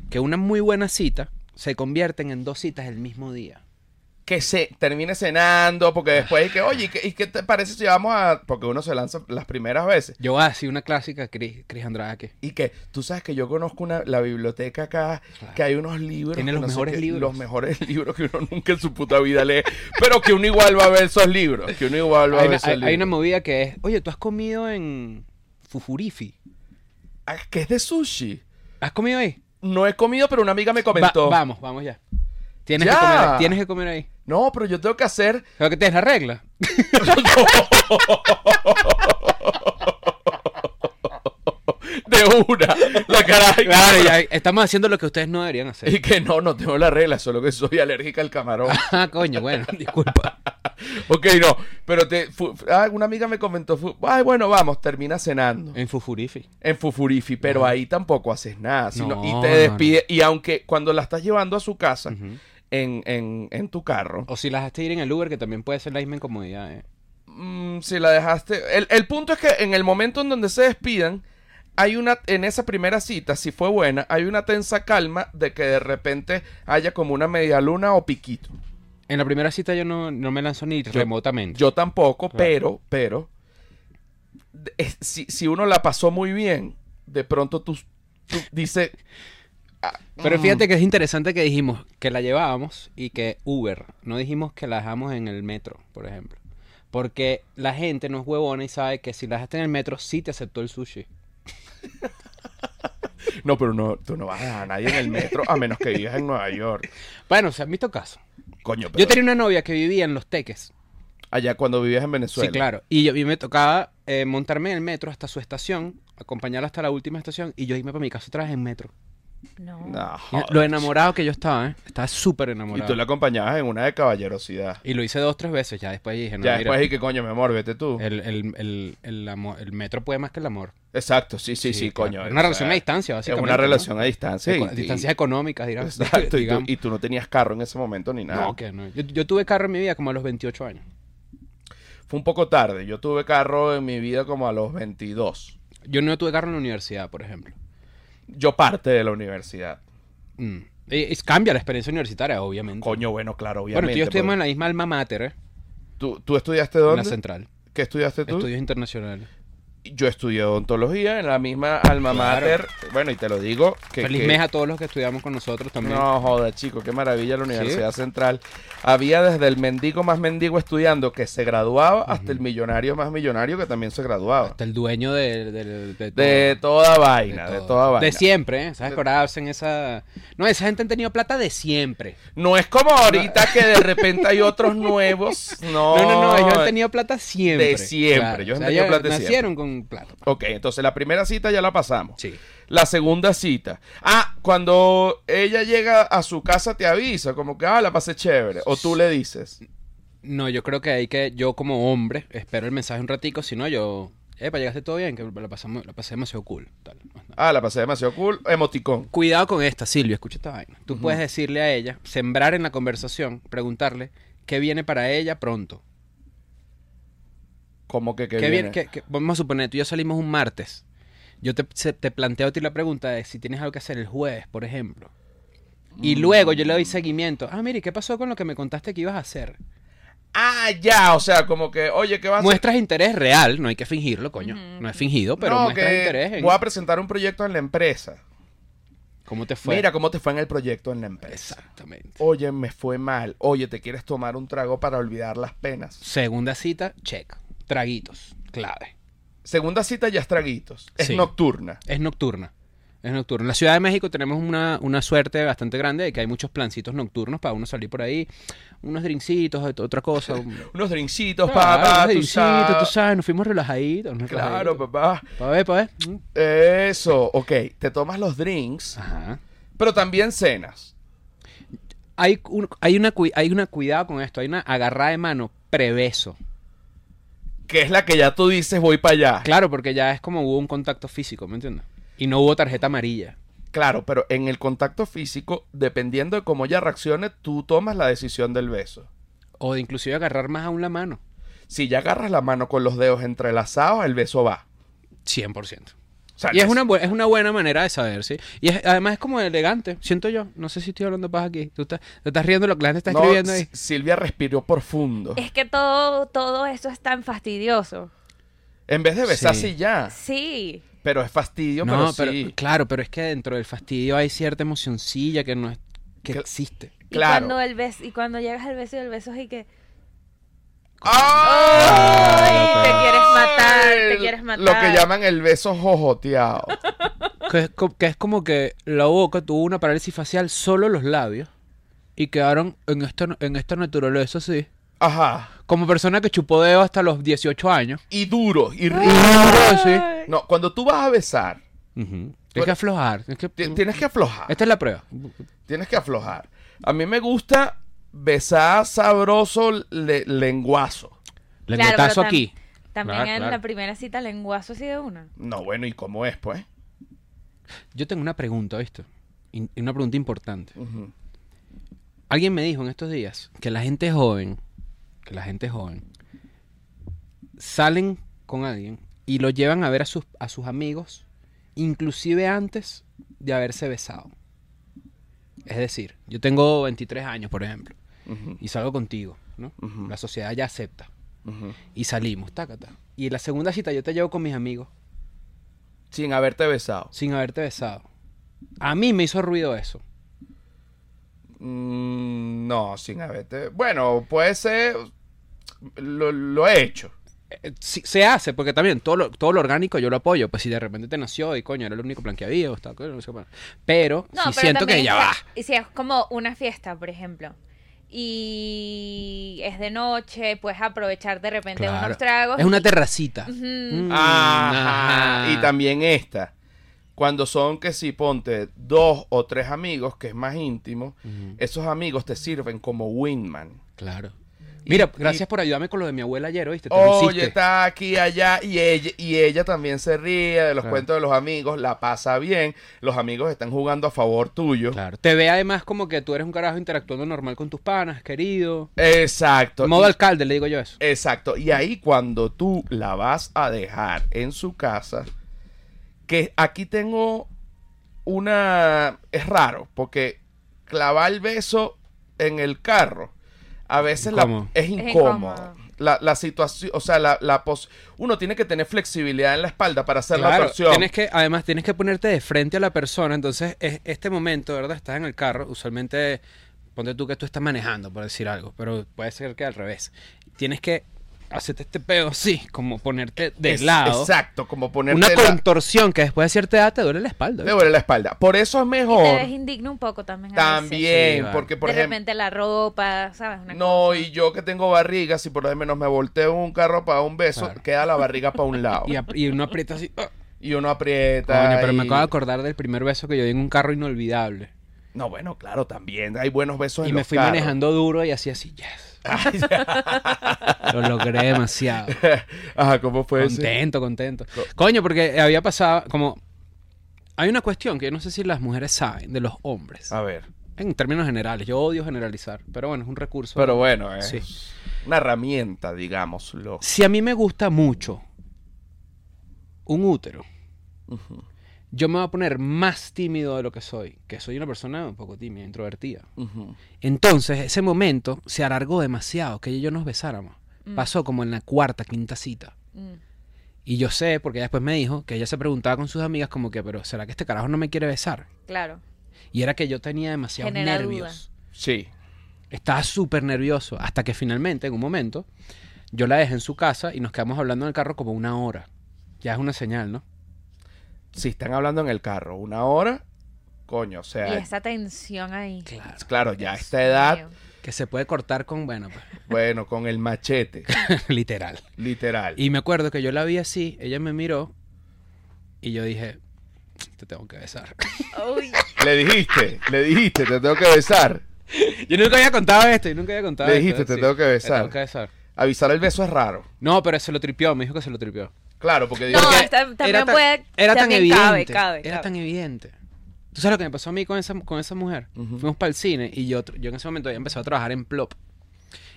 que una muy buena cita se convierten en dos citas el mismo día.
Que se termine cenando, porque después es que, oye, ¿y qué, y qué te parece si vamos a.? Porque uno se lanza las primeras veces.
Yo así una clásica Cris, Cris Andrade.
Y que tú sabes que yo conozco una, la biblioteca acá, que hay unos libros.
Tiene
que
los
no sé
mejores
qué-
libros.
Los mejores libros que uno nunca en su puta vida lee. pero que uno igual va a ver esos libros. Que uno igual va
Hay
a ver
una,
esos
hay- hay una
libros.
movida que es, oye, tú has comido en Fufurifi.
Ah, que es de sushi.
¿Has comido ahí?
No he comido, pero una amiga me
Va-
comentó.
vamos, vamos ya. Tienes
Ya.
que comer ahí. Tienes que comer ahí.
No, pero yo tengo que hacer.
Creo que tienes la regla.
De una. La caraja. y-
Claro, ya, estamos haciendo lo que ustedes no deberían hacer.
Y que no, no tengo la regla, solo que soy alérgica al camarón.
Ah, coño, bueno, disculpa.
ok, no. Pero te. fu- ah, una amiga me comentó. fu- Ay, bueno, vamos, termina cenando.
En Fufurifi.
En Fufurifi, pero ahí tampoco haces nada. sino-
No,
y
no,
te despide. Y aunque cuando la estás llevando a su casa, en, en- en tu carro,
O si las dejaste ir en el Uber, que también puede ser la misma incomodidad, eh.
mm, si la dejaste. El, el punto es que en el momento en donde se despidan, hay una. En esa primera cita, si fue buena, hay una tensa calma de que de repente haya como una media luna o piquito.
En la primera cita yo no, no me lanzo ni remotamente.
Yo tampoco,
Claro.
pero, pero, de- es- si, si uno la pasó muy bien, de pronto tú, tú dices,
Pero
Mm.
fíjate que es interesante que dijimos que la llevábamos y que Uber. No dijimos que la dejamos en el metro, por ejemplo. Porque la gente no es huevona y sabe que si la dejaste en el metro, sí te aceptó el sushi.
No, pero no, tú no vas a dejar a nadie en el metro a menos que vivas en Nueva York.
Bueno, se han visto casos.
Coño, pero
Yo tenía una novia que vivía en Los Teques.
allá cuando vivías en Venezuela.
Sí, claro. Y yo y me tocaba eh, montarme en el metro hasta su estación, acompañarla hasta la última estación y yo irme para mi casa otra vez en metro.
No.
No,
Mira,
joder.
Lo enamorado que yo estaba, ¿eh? Estaba súper enamorado.
Y tú la acompañabas en una de caballerosidad.
Y lo hice dos, tres veces. Ya después dije, no,
ya
mira,
después dije, coño, mi amor, vete tú.
el, el- el- el amor- el metro puede más que el amor.
Exacto, sí, sí, sí,
claro.
coño.
Era
o
Una
sea,
relación a distancia,
Es
básicamente.
una
¿no?
relación a distancia.
Eco-
y-
distancias económicas, dirás.
Exacto, y tú,
digamos.
y tú no tenías carro en ese momento ni nada.
No, que no. Yo, yo tuve carro en mi vida como a los 28 años.
Fue un poco tarde. Yo tuve carro en mi vida como a los 22.
Yo no tuve carro en la universidad, por ejemplo.
Yo parte de la universidad.
Mm. Y- y cambia la experiencia universitaria, obviamente.
Coño, bueno, claro,
bueno,
obviamente.
tú y yo estuvimos
porque-
en la misma alma mater, ¿eh?
¿Tú, tú estudiaste dónde?
En la central.
¿Qué estudiaste tú?
Estudios internacionales.
Yo estudié odontología en la misma alma mater. Bueno, y te lo digo que...
Feliz
que-
mes a todos los que estudiamos con nosotros también.
No, joda, chico, qué maravilla la Universidad Central. Había desde el mendigo más mendigo estudiando que se graduaba hasta el millonario más millonario que también se graduaba.
Hasta el dueño de, de, de-
De
todo.
toda vaina, de,
todo.
toda vaina.
De siempre, ¿eh? ¿Sabes?
De-
Que ahora hacen esa... No, esa gente han tenido plata de siempre.
No es como ahorita que de repente hay otros nuevos. No,
No, no, no, ellos han tenido plata siempre.
De siempre, ellos han tenido plata de siempre.
nacieron con plata.
Ok, entonces la primera cita ya la pasamos.
Sí.
La segunda cita. Ah, cuando ella llega a su casa te avisa, como que, ah, la pasé chévere. O tú le dices.
No, yo creo que hay que... Yo como hombre espero el mensaje un ratico, si no yo... Epa, llegaste todo bien, que la, pasamos, la pasé demasiado cool. tal.
Ah, la pasé demasiado cool. Emoticón.
Cuidado con esta, Silvia, escucha esta vaina. Tú puedes decirle a ella, sembrar en la conversación, preguntarle qué viene para ella pronto.
Como que, que
¿Qué
viene.
viene? qué- qué- vamos a suponer, tú y yo salimos un martes. Yo te, se- te planteo a ti la pregunta de si tienes algo que hacer el jueves, por ejemplo.
Mm.
Y luego yo le doy seguimiento. Ah, mire, ¿qué pasó con lo que me contaste que ibas a hacer?
Ah, ya, o sea, como que, oye, ¿qué vas a hacer?
Muestras interés real, no hay que fingirlo, coño. No es fingido, pero
No,
muestras
que
interés en
voy a presentar un proyecto en la empresa.
cómo te fue.
Mira cómo te fue en el proyecto en la empresa.
Exactamente.
Oye, me fue mal. Oye, ¿te quieres tomar un trago para olvidar las penas?
Segunda cita, check. Traguitos, clave.
Segunda cita ya es traguitos. Es
Sí.
nocturna.
Es nocturna. Es nocturna. En la Ciudad de México tenemos una, una suerte bastante grande de que hay muchos plancitos nocturnos para uno salir por ahí. Unos drinkcitos, ot- otra cosa. un-
Unos drincitos,
Claro,
papá.
Ah, unos
tú
drinkcitos,
sabes.
tú sabes, nos fuimos relajaditos. nos
Claro,
relajaditos.
papá.
Pa' ver, pa' ver. Mm.
Eso, ok. Te tomas los drinks,
Ajá.
pero también cenas.
Hay, un- hay, una, cui- hay una cuidado con esto, hay una agarrada de mano prebeso.
Que es la que ya tú dices, voy para allá.
Claro, porque ya es como hubo un contacto físico, ¿me entiendes? Y no hubo tarjeta amarilla.
Claro, pero en el contacto físico, dependiendo de cómo ella reaccione, tú tomas la decisión del beso.
O de inclusive agarrar más aún la mano.
Si ya agarras la mano con los dedos entrelazados, el beso va.
100%.
O sea,
Y es
no
una, bu- es una buena manera de saber, ¿sí? Y es- además es como elegante, siento yo. No sé si estoy hablando paz aquí. Tú estás, te estás riendo lo que la gente está
no,
escribiendo ahí.
S- Silvia respiró profundo.
Es que todo, todo eso es tan fastidioso.
En vez de besar,
Sí.
sí ya.
Sí.
Pero es fastidio,
No,
pero
pero,
sí.
claro, pero es que dentro del fastidio hay cierta emocioncilla que no es, que
Cla-
existe.
Y
Claro.
cuando, el beso, y cuando llegas al beso y el beso es y que...
¡Ay!
Ay, te quieres matar, te quieres matar.
Lo que llaman el beso jojoteado.
Que es, co- que es como que la boca tuvo una parálisis facial, solo los labios, y quedaron en esta, en esta naturaleza así.
Ajá.
Como persona que chupó dedo hasta los 18 años.
Y duro, y rico. Ah.
Así.
Ay.
No, cuando tú vas a besar,
Tienes que aflojar. tienes que-
ti- tienes que aflojar.
Esta es la prueba.
Tienes que aflojar. A mí me gusta besar sabroso le- lenguazo.
Claro,
Lenguetazo
pero tam-
aquí.
También
Claro,
en
claro.
la primera cita lenguazo así de una.
No, bueno, ¿y cómo es, pues?
Yo tengo una pregunta, ¿viste? Y y una pregunta importante.
Ujú.
Alguien me dijo en estos días que la gente joven, que la gente joven, salen con alguien y lo llevan a ver a sus, a sus amigos, inclusive antes de haberse besado. Es decir, yo tengo 23 años, por ejemplo,
Ujú,
y salgo contigo, ¿no?
Ujú.
La sociedad ya acepta.
ujú.
Y salimos, tácata. Y en la segunda cita yo te llevo con mis amigos,
Sin haberte besado.
sin haberte besado. A mí me hizo ruido eso.
Mm, no, sin haberte. Bueno, puede ser. Lo, lo he hecho.
Eh, sí, se hace, porque también todo lo, todo lo orgánico yo lo apoyo. Pues si de repente te nació y coño, era el único plan que había. o estaba- no sé cómo. Pero sí siento que
también
ya
es-
va.
Y si es como una fiesta, por ejemplo, y es de noche, puedes aprovechar de repente
Claro.
unos tragos.
Es una
y-
terracita.
Ujú.
Mm,
Ah. Ajá.
ajá.
Y también esta. Cuando son que si ponte dos o tres amigos, que es más íntimo, esos amigos te sirven como wingman.
Claro. Mira,
Y-
gracias por ayudarme con lo de mi abuela ayer, ¿oíste? Te lo
Oye,
hiciste.
está aquí, allá, y ella, y ella también se ríe de los
Claro.
cuentos de los amigos, la pasa bien, los amigos están jugando a favor tuyo.
Claro. Te ve además como que tú eres un carajo interactuando normal con tus panas, querido.
Exacto.
Modo
Y-
alcalde, le digo yo eso.
Exacto. Y ahí cuando tú la vas a dejar en su casa, que aquí tengo una... Es raro, porque clavar el beso en el carro a veces la-
Incómodo.
es incómodo.
incómodo.
La, la situación, o sea, la, la pos- uno tiene que tener flexibilidad en la espalda para hacer la
Claro,
torsión.
tienes que, además tienes que ponerte de frente a la persona, entonces es este momento, ¿verdad? Estás en el carro, usualmente ponte tú que tú estás manejando, por decir algo, pero puede ser que al revés. Tienes que hacerte este pedo así, como ponerte de
Es-
lado.
Exacto, como ponerte
Una
la-
contorsión que después de cierta edad te duele la espalda. ¿eh?
te
¿viste?
duele la espalda. Por eso es
Y te
mejor
ves indigno un poco también. a veces.
Sí,
también,
vale.
porque por
de
ejemplo...
repente la ropa, ¿sabes? Una
No, y yo que tengo barriga, si por lo menos me volteo un carro para un beso,
Claro.
queda la barriga para un lado.
Y, ap- y uno aprieta así. ah.
y uno aprieta.
Coño, pero me
y-
acabo de acordar del primer beso que yo di en un carro inolvidable.
No, bueno, claro, también. Hay buenos besos
Y
en
me
los
fui
carros.
manejando duro y así así, yes. Lo logré demasiado.
Ajá, ¿cómo fue ese?
contento, contento.
Co-
Coño, porque había pasado como... Hay una cuestión que yo no sé si las mujeres saben de los hombres.
A ver.
En términos generales, yo odio generalizar, pero bueno, es un recurso.
Pero bueno, es
Sí.
una herramienta, digámoslo.
Si a mí me gusta mucho un útero,
Ujú,
yo me voy a poner más tímido de lo que soy, que soy una persona un poco tímida, introvertida.
ujú.
Entonces, ese momento se alargó demasiado, que ella y yo nos besáramos.
Mm.
Pasó como en la cuarta, quinta cita.
Mm.
Y yo sé, porque ella después me dijo, que ella se preguntaba con sus amigas como que, pero ¿será que este carajo no me quiere besar?
Claro.
Y era que yo tenía demasiados
Genera
nervios.
Sí.
Estaba súper nervioso. Hasta que finalmente, en un momento, yo la dejé en su casa y nos quedamos hablando en el carro como una hora. Ya es una señal, ¿no?
Si están hablando en el carro una hora, coño, o
Y
sea,
esa tensión ahí.
Claro.
claro, ya a esta
Dios
edad,
mío.
Que se puede cortar con, bueno, pues,
bueno, con el machete,
literal.
literal.
Y me acuerdo que yo la vi así, ella me miró y yo dije, te tengo que besar.
Uy,
Le dijiste, le dijiste, te tengo que besar.
Yo nunca había contado esto, yo nunca había contado
Le
esto,
dijiste, "Te tengo que besar".
Te tengo que besar.
Avisar el beso es raro.
No, pero se lo tripió, me dijo que se lo tripió.
Claro, porque digo
No,
que-
Porque
está- también
era tan-
puede-
Era tan
también
evidente.
cabe, cabe,
era
cabe.
tan evidente. ¿Tú sabes lo que me pasó a mí con esa, con esa mujer?
Ujú.
Fuimos para el cine y yo, yo en ese momento había empezado a trabajar en Plop.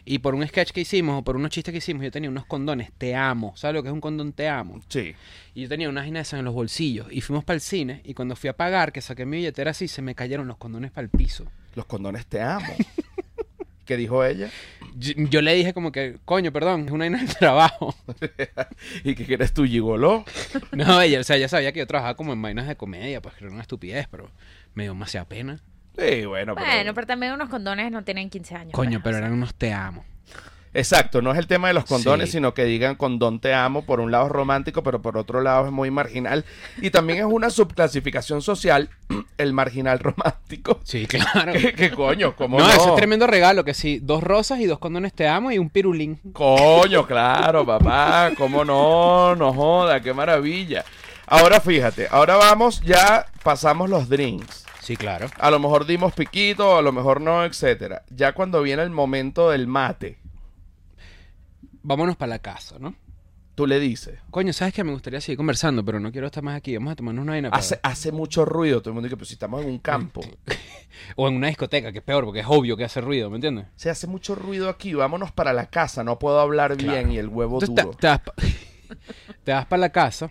Y por un sketch que hicimos o por unos chistes que hicimos, yo tenía unos condones, te amo. ¿Sabes lo que es un condón te amo?
Sí.
Y yo tenía unas vainas esas en los bolsillos. Y fuimos para el cine y cuando fui a pagar, que saqué mi billetera así, se me cayeron los condones para el piso.
Los condones te amo. ¿Qué dijo ella?
Yo, yo le dije como que, coño, perdón, es una vaina del trabajo.
¿Y que eres tu gigoló?
No, ella, o sea, ya sabía que yo trabajaba como en vainas de comedia, pues que era una estupidez, pero me dio demasiada pena.
Sí, bueno, pero...
Bueno, pero también unos condones no tienen 15 años.
Coño,
pues,
pero
o sea.
eran unos te amo.
Exacto, no es el tema de los condones,
Sí.
sino que digan condón te amo, por un lado es romántico, pero por otro lado es muy marginal. Y también es una subclasificación social, el marginal romántico.
Sí, claro.
¿Qué, qué coño? ¿Cómo
No,
no?
ese es tremendo regalo, que sí, dos rosas y dos condones te amo y un pirulín.
Coño, claro, papá, cómo no, no joda, qué maravilla. Ahora fíjate, ahora vamos, ya pasamos los drinks.
Sí, claro.
A lo mejor dimos piquito, a lo mejor no, etcétera. Ya cuando viene el momento del mate,
Vámonos para la casa, ¿no?
tú le dices.
Coño, sabes que me gustaría seguir conversando, pero no quiero estar más aquí. Vamos a tomarnos una vaina. para-
Hace, hace mucho ruido, todo el mundo dice, pero si estamos en un campo.
O en una discoteca, que es peor, porque es obvio que hace ruido, ¿me entiendes?
Se hace mucho ruido aquí, vámonos para la casa, no puedo hablar
Claro.
bien y el huevo
Entonces
duro.
te, te vas pa- te vas para la casa.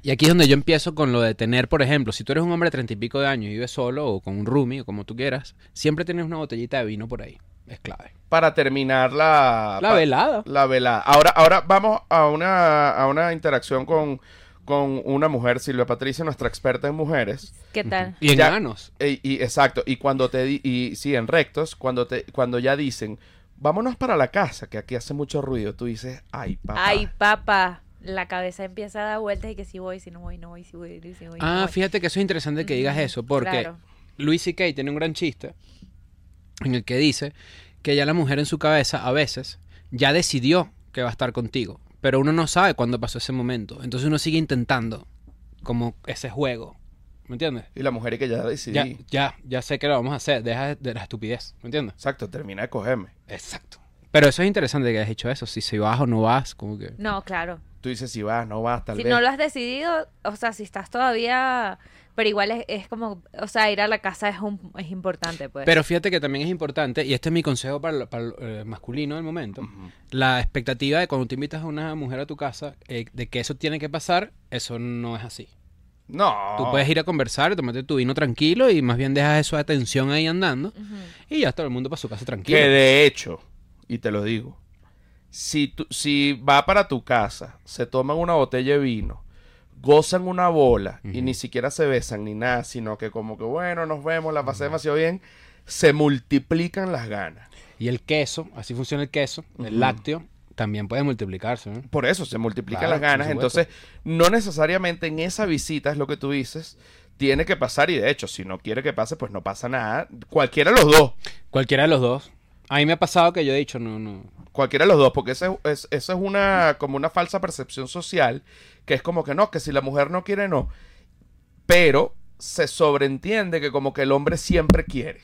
Y aquí es donde yo empiezo con lo de tener, por ejemplo, si tú eres un hombre de treinta y pico de años y vives solo o con un roomie o como tú quieras, siempre tienes una botellita de vino por ahí. Es clave.
Para terminar la...
La
Ah, pa-
velada.
La velada. Ahora, ahora vamos a una, a una interacción con, con una mujer, Silvia Patricia, nuestra experta en mujeres.
¿Qué tal?
Y en
Ya-
ganos.
E- y exacto, y cuando te di- y sí, en rectos, cuando te cuando ya dicen, "Vámonos para la casa, que aquí hace mucho ruido." Tú dices, "Ay, papá."
Ay, papá. La cabeza empieza a dar vueltas y que si voy, si no voy, no voy, si voy, si voy. no
Ah,
voy.
fíjate que eso es interesante que digas
Ujú,
eso, porque
claro.
Luis C.K. tiene un gran chiste en el que dice que ya la mujer en su cabeza a veces ya decidió que va a estar contigo, pero uno no sabe cuándo pasó ese momento, entonces uno sigue intentando como ese juego, ¿me entiendes?
Y la mujer y que ya decidí.
Ya, ya, ya sé que lo vamos a hacer, deja de- de la estupidez, ¿me entiendes?
Exacto, termina de cogerme.
Exacto. Pero eso es interesante que hayas hecho eso, si se vas o no vas, como que...
No, claro.
Tú dices, "Si vas, no vas, tal
si
vez."
no lo has decidido, o sea, si estás todavía... Pero igual es, es como, o sea, ir a la casa es, un, es importante, pues.
Pero fíjate que también es importante, y este es mi consejo para el, para el, eh, masculino del momento, la expectativa de cuando te invitas a una mujer a tu casa, eh, de que eso tiene que pasar, eso no es así.
No.
Tú puedes ir a conversar, tomarte tu vino tranquilo y más bien dejas eso de tensión ahí andando
Ujú.
y ya todo el mundo para su casa tranquilo.
Que de hecho, y te lo digo, si, tú- si va para tu casa, se toman una botella de vino, gozan una bola y ni siquiera se besan ni nada, sino que como que bueno, nos vemos, la pasé demasiado bien, se multiplican las ganas.
Y el queso, así funciona el queso, el lácteo, también puede multiplicarse. ¿no?
Por eso se multiplican
Claro,
las ganas.
por supuesto.
Entonces, no necesariamente en esa visita es lo que tú dices. Tiene que pasar y de hecho, si no quiere que pase, pues no pasa nada. Cualquiera de los dos.
Cualquiera de los dos. A mí me ha pasado que yo he dicho, no, no.
Cualquiera de los dos, porque esa es, esa es una como una falsa percepción social, que es como que no, que si la mujer no quiere, no. Pero se sobreentiende que como que el hombre siempre quiere.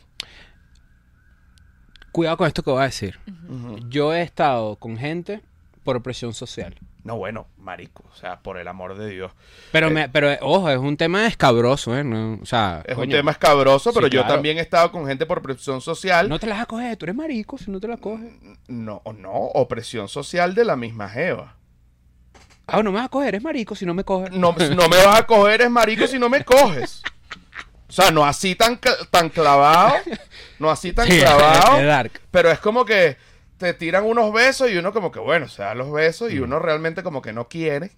Cuidado con esto que voy a decir.
Ujú.
Yo he estado con gente por presión social.
No, bueno, marico, o sea, por el amor de Dios.
Pero, me, pero eh, ojo, es un tema escabroso, ¿eh? No, o sea,
Es un
coño,
tema escabroso, pero
Sí,
yo
claro.
también he estado con gente por presión social.
No te las vas a coger, tú eres marico si no te las coges.
No, o no, o presión social de la misma jeva.
Ah, no me vas a coger, eres marico si no me coges.
No, no me vas a coger, es marico, si no me coges. O sea, no así tan, cl- tan clavado, no así tan
Sí, es
clavado,
dark.
pero es como que te tiran unos besos y uno como que, bueno, se da los besos y uno realmente como que no quiere.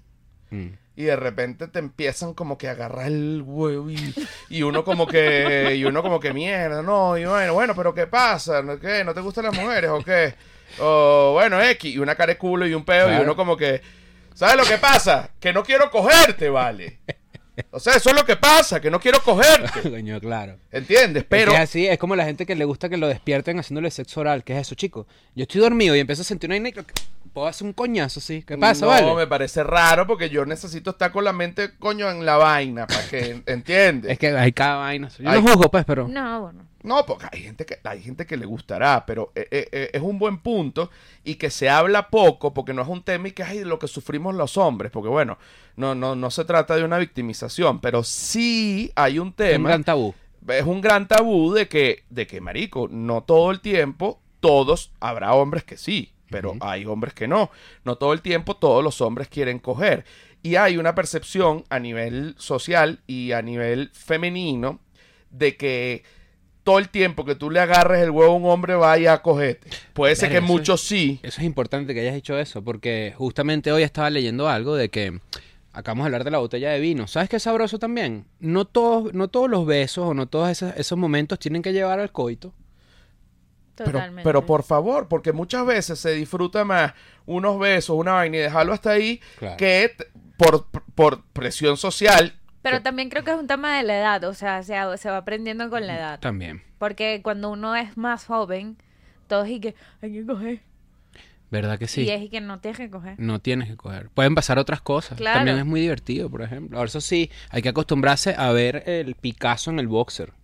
Mm.
Y de repente te empiezan como que a agarrar el huevo y, y uno como que, y uno como que mierda, no, y bueno, bueno, pero ¿qué pasa? ¿No, qué? ¿No te gustan las mujeres o qué? O bueno, X, y una cara de culo y un pedo y
Claro.
uno como que, ¿sabes lo que pasa? Que no quiero cogerte, vale. O sea, eso es lo que pasa, que no quiero cogerte,
Coño, claro.
¿entiendes? Pero,
Pero... Es así, es como la gente que le gusta que lo despierten haciéndole sexo oral. ¿Qué es eso, chico? Yo estoy dormido y empiezo a sentir una... vaina y creo que Puedo hacer un coñazo, sí. ¿Qué pasa,
no,
vale?
me parece raro porque yo necesito estar con la mente, coño, en la vaina, para que, ¿entiendes?
Es que hay cada vaina. Yo
Ay.
no juzgo, pues, pero...
No, bueno.
No, porque hay gente que, hay gente que le gustará, pero eh, eh, eh, es un buen punto y que se habla poco porque no es un tema y que es lo que sufrimos los hombres, porque bueno, no, no, no se trata de una victimización, pero sí hay un
es un
tema,
gran tabú.
es un gran tabú de que, de que, marico, no todo el tiempo, todos, habrá hombres que sí, pero hay hombres que no, no todo el tiempo todos los hombres quieren coger. Y hay una percepción a nivel social y a nivel femenino de que todo el tiempo que tú le agarres el huevo a un hombre vaya a cogerte. Puede ser que
Verga, eso
muchos sí.
Eso es importante que hayas dicho eso, porque justamente hoy estaba leyendo algo de que acabamos de hablar de la botella de vino. ¿Sabes qué es sabroso también? No todos, no todos los besos o no todos esos, esos momentos tienen que llevar al coito.
Pero,
Totalmente.
pero por favor, porque muchas veces se disfruta más unos besos, una vaina y dejarlo hasta ahí
Claro.
que t- por, por presión social.
Pero
que-
también creo que es un tema de la edad, o sea, se, se va aprendiendo con la edad.
También.
Porque cuando uno es más joven, todos y que hay que coger.
¿Verdad que sí?
Y es y que no tienes que coger.
No tienes que coger. Pueden pasar otras cosas.
Claro.
También es muy divertido, por ejemplo. Ahora, eso sí, hay que acostumbrarse a ver el Picasso en el boxer.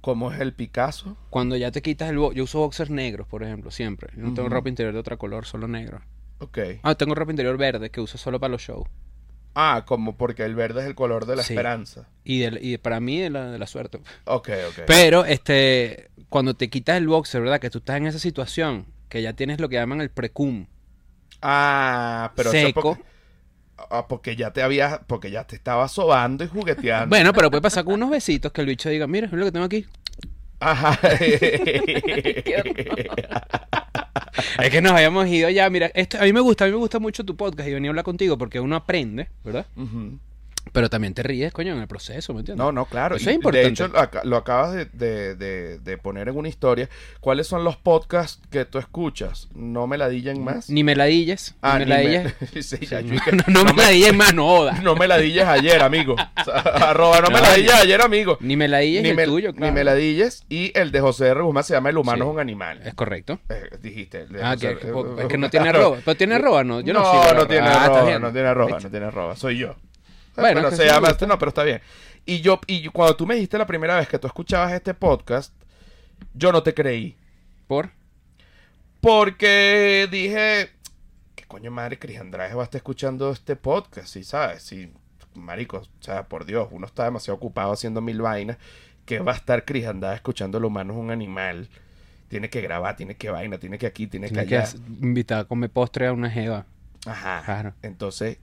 ¿Cómo es el Picasso?
Cuando ya te quitas el boxer, yo uso boxers negros, por ejemplo, siempre. Yo no tengo
Ujú.
ropa interior de otro color, solo negro.
Ok.
Ah, tengo ropa interior verde que uso solo para los shows.
Ah, como porque el verde es el color de la
Sí.
esperanza.
Y, del- y para mí de la, de la suerte.
Ok, ok.
Pero, este, cuando te quitas el boxer, ¿verdad? Que tú estás en esa situación, que ya tienes lo que llaman el precum
ah, pero eso es
seco.
porque, ah, porque ya te habías, porque ya te estabas sobando y jugueteando.
Bueno, pero puede pasar con unos besitos que el bicho diga, mira, es lo que tengo aquí.
Ajá.
Es que nos habíamos ido ya. Mira, esto, a mí me gusta, a mí me gusta mucho tu podcast y venir a hablar contigo porque uno aprende, ¿verdad?
Ujú.
Pero también te ríes, coño, en el proceso, ¿me entiendes?
No, no, claro.
Eso
Y
es importante.
De hecho, lo, aca- lo acabas de, de- de- de poner en una historia. ¿Cuáles son los podcasts que tú escuchas? No me la dillen más.
Ni meladillas.
Ah,
ni
ni me-
meladillas.
Sí, ya, yo dije,
No, no meladillas más, no joda.
No me la dilles ayer, amigo. O sea, Arroba, no, me
No,
la
ni-
dilles ayer, amigo.
Ni meladillas ni el
me,
tuyo, claro.
ni me la dilles. Y el de José R. Guzmán se llama El humano
Sí.
es un animal.
Es correcto.
Eh, dijiste. el de
Ah,
José
que,
R.
que- po- es que no tiene arroba. Pero tiene arroba, no. Yo no, sigo
eh, no,
la
no tiene
Ah, está
arroba,
bien.
no tiene arroba, no tiene arroba, soy yo.
Bueno,
Bueno,
es que
se
sí me
llama, este,
gusta.
no, pero está bien. Y yo, y yo- cuando tú me dijiste la primera vez que tú escuchabas este podcast, yo no te creí.
Por.
Porque dije, ¿qué coño madre Cris Andrade va a estar escuchando este podcast? Sí, ¿sabes? Sí, marico, o sea, por Dios, uno está demasiado ocupado haciendo mil vainas. que va a estar Cris Andrade escuchando lo humano es un animal? Tiene que grabar, tiene que vaina, tiene que aquí, tiene,
Tiene
que
que
allá.
as- invitar a comer postre a una jeva.
Ajá.
Claro.
Entonces,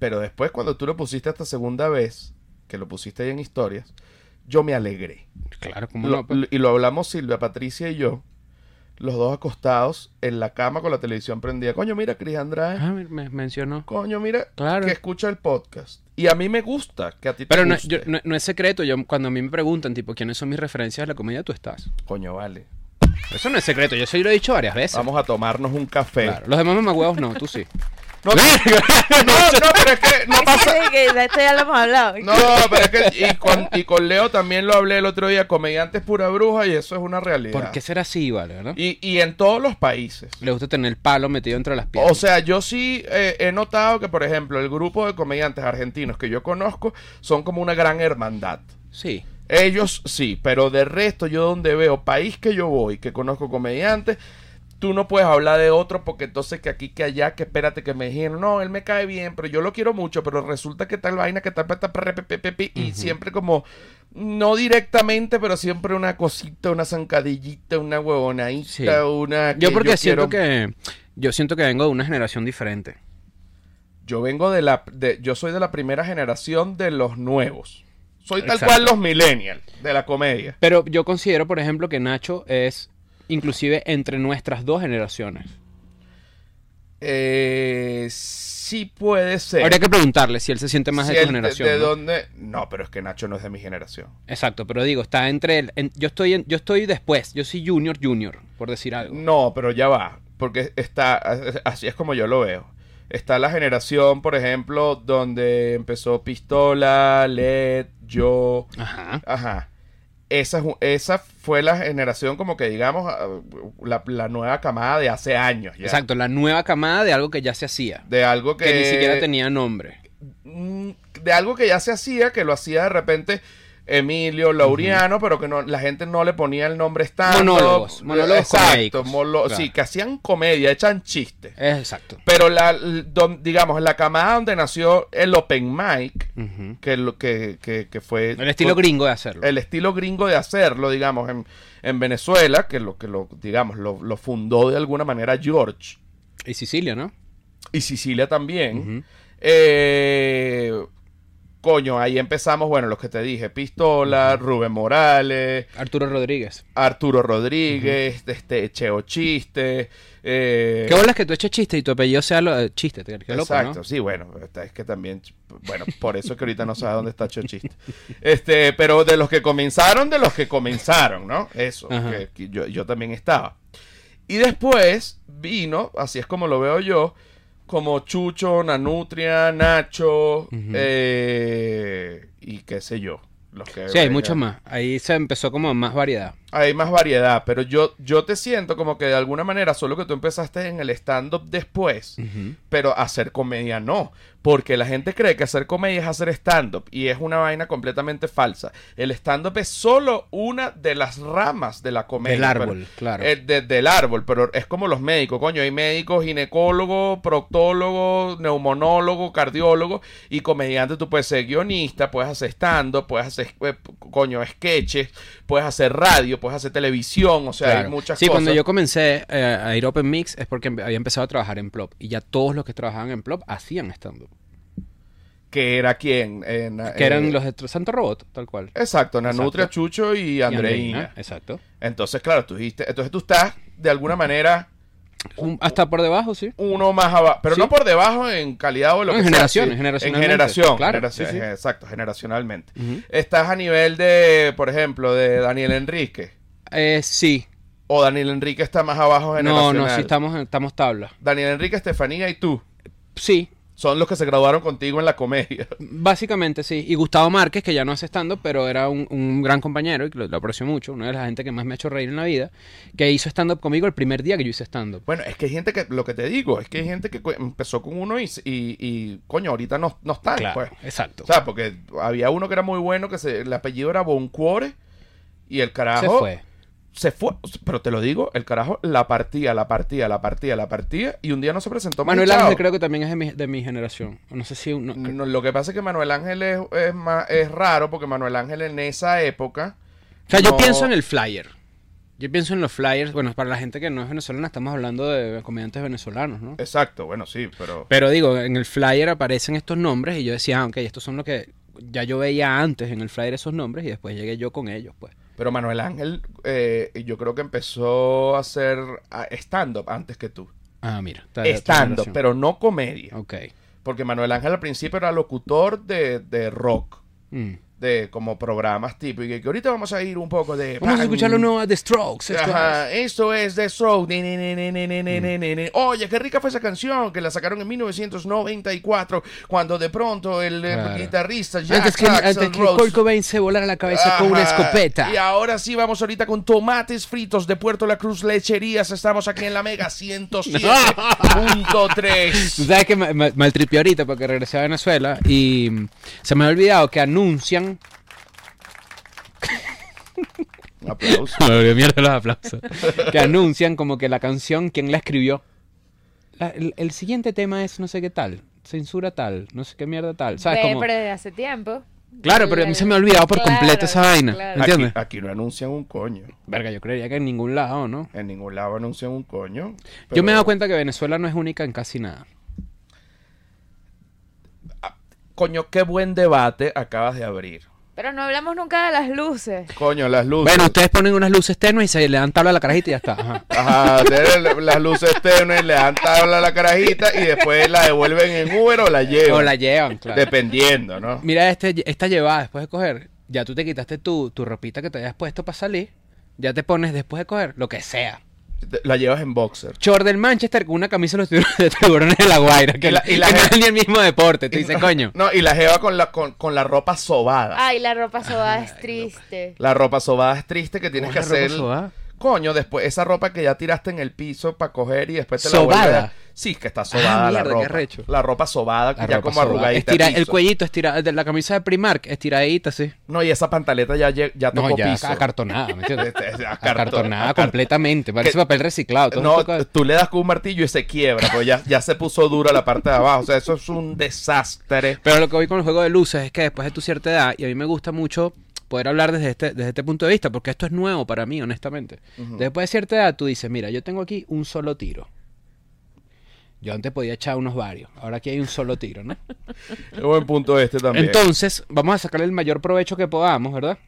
pero después cuando tú lo pusiste esta segunda vez, que lo pusiste ahí en historias, yo me alegré.
Claro, como
Lo-
no. pues.
lo- y lo hablamos Silvia, Patricia y yo, los dos acostados en la cama con la televisión prendida. Coño, mira, Cris Andrade.
Ah, me, me mencionó.
Coño, mira,
Claro.
que escucha el podcast. Y a mí me gusta que a ti te
Pero no,
guste.
yo- no- no es secreto. Yo, cuando a mí me preguntan, tipo, ¿quiénes son mis referencias a la comedia? Tú estás.
Coño, vale.
Eso no es secreto. Yo eso yo lo he dicho varias veces.
Vamos a tomarnos un café.
Claro. Los demás mamagüeos no, tú sí.
No, no, no, pero es que no pasa,
Sí, que de esto ya lo hemos hablado.
No, pero es que y con, y con Leo también lo hablé el otro día, comediante es pura bruja y eso es una realidad.
¿Por qué será así, vale? ¿verdad?
Y, y en todos los países.
Le gusta tener el palo metido entre las piernas.
O sea, yo sí eh, he notado que, por ejemplo, el grupo de comediantes argentinos que yo conozco son como una gran hermandad.
sí.
Ellos sí, pero de resto yo donde veo país que yo voy, que conozco comediantes, tú no puedes hablar de otro porque entonces que aquí, que allá, que espérate que me dijeron, no, él me cae bien, pero yo lo quiero mucho, pero resulta que tal vaina, que tal, pa- ta- pa- re- pe- pe- pe- pe", y siempre como, no directamente, pero siempre una cosita, una zancadillita, una huevonadita,
Sí.
una... que
Yo porque siento
quiero-
que. Yo siento que vengo de una generación diferente.
Yo vengo de la... de- yo soy de la primera generación de los nuevos. Soy tal
Exacto.
cual los millennials de la comedia.
Pero yo considero, por ejemplo, que Nacho es inclusive entre nuestras dos generaciones.
Eh, sí puede ser.
Habría que preguntarle si él se siente más
Si
de tu
él
generación.
de
¿no?
dónde- No, pero es que Nacho no es de mi generación.
Exacto, pero digo, está entre él. en- yo, estoy en- yo estoy después, yo soy junior, junior, por decir algo.
No, pero ya va. Porque está. Así es como yo lo veo. Está la generación, por ejemplo, donde empezó Pistola, LED, yo.
Ajá.
Ajá. Esa, es un- esa fue la generación, como que digamos, ah, la, la nueva camada de hace años. ya. Eh,
Exacto, la nueva camada de algo que ya se hacía.
De algo que.
Que ni siquiera tenía nombre.
mm, de algo que ya se hacía, que lo hacía de repente Emilio Laureano, pero que no, la gente no le ponía el nombre estándar.
Monólogos, monólogos
Exacto,
comédicos,
molo-
claro.
sí, que hacían comedia, echan chistes.
Es Exacto.
Pero la, l- don- digamos, la camada donde nació el open mic,
Ujú.
que, lo- que, que, que fue...
El estilo gringo de hacerlo.
El estilo gringo de hacerlo, digamos, en, en Venezuela, que lo que lo, digamos, lo, lo fundó de alguna manera George
Y Sicilia, ¿no?
y Sicilia también.
Ujú.
Eh, coño, ahí empezamos, bueno, los que te dije, Pistola, Rubén Morales,
Arturo Rodríguez.
Arturo Rodríguez, este Cheo Chiste. eh,
Qué bolas que tú eches chiste y tu apellido sea lo, eh, chiste. Qué loco,
Exacto,
¿no?
sí, bueno, esta- es que también, bueno, por eso es que ahorita no sabes dónde está Cheo Chiste. Este, pero de los que comenzaron, de los que comenzaron, ¿no? Eso,
Ajá.
que- que yo, yo también estaba. Y después vino, así es como lo veo yo, como Chucho, Nanutria, Nacho, eh, y qué sé yo. Los que
Sí, hay
vengan.
muchos más. Ahí se empezó como más variedad.
Hay más variedad, pero yo, yo te siento como que de alguna manera, solo que tú empezaste en el stand-up después, pero hacer comedia no, porque la gente cree que hacer comedia es hacer stand-up y es una vaina completamente falsa. El stand-up es solo una de las ramas de la comedia.
Del árbol, claro.
eh, de- del árbol, pero es como los médicos, coño, hay médicos, ginecólogo, proctólogo, neumonólogo, cardiólogo y comediante, tú puedes ser guionista, puedes hacer stand-up, puedes hacer, eh, coño, sketches, puedes hacer radio, puedes hacer televisión, o sea,
Claro.
hay muchas
sí,
cosas.
cuando yo comencé eh, a ir a Open Mix es porque em- había empezado a trabajar en Plop. Y ya todos los que trabajaban en Plop hacían stand-up.
Que era quien... eh, na-
Que eran
eh,
los de Tr- Santo Robot, tal cual.
Exacto, Nanutria,
Exacto.
Chucho y
Y
Andreina.
Exacto.
Entonces, claro, tú dijiste, entonces tú estás de alguna manera
Un- hasta por debajo, sí.
uno más abajo, pero
Sí.
no por debajo en calidad o lo
No,
que
en
sea,
generaciones,
sí.
generacionalmente,
En generación,
claro,
genera-
sí, sí.
eh, exacto, generacionalmente.
Ujú.
Estás a nivel de, por ejemplo, de Daniel Enrique.
Eh, sí.
O Daniel Enrique está más abajo
No,
generacional.
no, sí estamos, estamos tabla.
Daniel Enrique, Estefanía y tú
Sí,
son los que se graduaron contigo en la comedia.
Básicamente sí. Y Gustavo Márquez, que ya no hace estando, pero era un, un gran compañero y lo, lo aprecio mucho, una de las gente que más me ha hecho reír en la vida, que hizo stand-up conmigo el primer día que yo hice stand-up.
Bueno, es que hay gente que, lo que te digo, es que hay gente que cu- empezó con uno y, s- y- y, coño, ahorita no, no están, pues.
exacto.
O sea, porque había uno que era muy bueno, que se- el apellido era Boncuore, y el carajo...
Se fue.
se fue, pero te lo digo, el carajo la partía, la partía, la partía, la partía y un día no se presentó. más Mm,
Manuel Ángel creo que también es de mi, de mi generación. No sé si... uno-
lo que pasa es que Manuel Ángel es, es, ma- es raro porque Manuel Ángel en esa época...
O sea, yo
no-
pienso en el flyer. Yo pienso en los flyers. Bueno, para la gente que no es venezolana, estamos hablando de comediantes venezolanos, ¿no?
Exacto, bueno, sí, pero...
Pero digo, en el flyer aparecen estos nombres y yo decía, ah, ok, estos son los que ya yo veía antes en el flyer esos nombres y después llegué yo con ellos, pues.
Pero Manuel Ángel eh, yo creo que empezó a hacer ah, stand-up antes que tú.
Ah, mira. está de tu
Stand-up,
generación.
pero no comedia.
Ok.
Porque Manuel Ángel al principio era locutor de, de rock,
Mm.
de como programas típicos. Y que ahorita vamos a ir un poco de...
Vamos a escuchar lo nuevo de The Strokes. este, esto es.
mm. Ajá, esto es The Stroke. Ni, ni, ni, ni, ni, ni, ni,
Mm.
ni, ni, ni. Oye, qué rica fue esa canción que la sacaron en 1994 cuando de pronto el eh,
Claro.
guitarrista Jack
Antes que,
Axl
antes que
Rose-
Kurt Cobain se volara la cabeza con una
Ajá.
escopeta.
Y ahora sí vamos ahorita con tomates fritos de Puerto La Cruz Lecherías. Estamos aquí en la Mega 107.3.
Tú sabes que me, me- maltripié ahorita porque regresé a Venezuela y mm, se me ha olvidado que anuncian.
Un aplauso.
Me volvió mierda los aplausos. que anuncian como que la canción, ¿quién la escribió? La- el, el siguiente tema es no sé qué tal. Censura tal, no sé qué mierda tal. ¿Sabes?
Ve,
Como-
Pero desde hace tiempo.
Claro, pero a mí se me ha olvidado por
Claro,
completo esa vaina.
claro.
Aquí,
¿Entiendes?
aquí no anuncian un coño.
Verga, yo creería que en ningún lado, ¿no?
En ningún lado anuncian un coño.
Yo
pero-
me he dado cuenta que Venezuela no es única en casi nada.
Coño, qué buen debate acabas de abrir.
Pero no hablamos nunca de las luces.
Coño, las luces.
Bueno, ustedes ponen unas luces tenues y se le dan tabla a la carajita y ya está. Ajá.
Ajá, tienen le- las luces tenues, le dan tabla a la carajita y después la devuelven en Uber o la llevan.
O la llevan, claro.
Dependiendo, ¿no?
Mira este, esta llevada después de coger. Ya tú te quitaste tu, tu ropita que te habías puesto para salir. Ya te pones después de coger lo que sea.
Te- La llevas en boxer.
Chor del Manchester con una camisa de los tiburones de, tiburones de la Guaira. Que,
Y la- y
que
la
no
gente-
es ni el mismo deporte. Te dice,
no,
coño.
No, y la lleva con la, con, con la ropa
Ah.
sobada.
Ay, la ropa sobada es triste.
La ropa sobada es triste que tienes que
¿Cómo es la ropa
hacer.
sobada?
Coño, después esa ropa que ya tiraste en el piso para coger y después te la
¿Sobada? Ah,
vuelves a- Sí, que está sobada la
mierda, qué
ropa.
arrecho.
La ropa sobada, que
La
ya
ropa
como
sobada.
arrugadita.
Estira-
al
el
piso.
cuellito estirado. de La camisa de Primark estiradita, sí.
No, y esa pantaleta ya, lle- ya tocó
No, ya
piso.
acartonada, ¿me entiendes?
Este,
Acartonada
acartonada.
completamente. Parece
Que-
papel reciclado. Todo
No,
esto-
tú le das con un martillo y se quiebra, pero ya, ya se puso dura la parte de abajo. O sea, eso es un desastre.
Pero lo que voy con el juego de luces es que después de tu cierta edad, y a mí me gusta mucho poder hablar desde este, desde este punto de vista, porque esto es nuevo para mí, honestamente. Después de cierta edad, tú dices, mira, yo tengo aquí un solo tiro. Yo antes podía echar unos varios, ahora aquí hay un solo tiro, ¿no?
Qué buen punto este también.
Entonces, vamos a sacarle el mayor provecho que podamos, ¿verdad?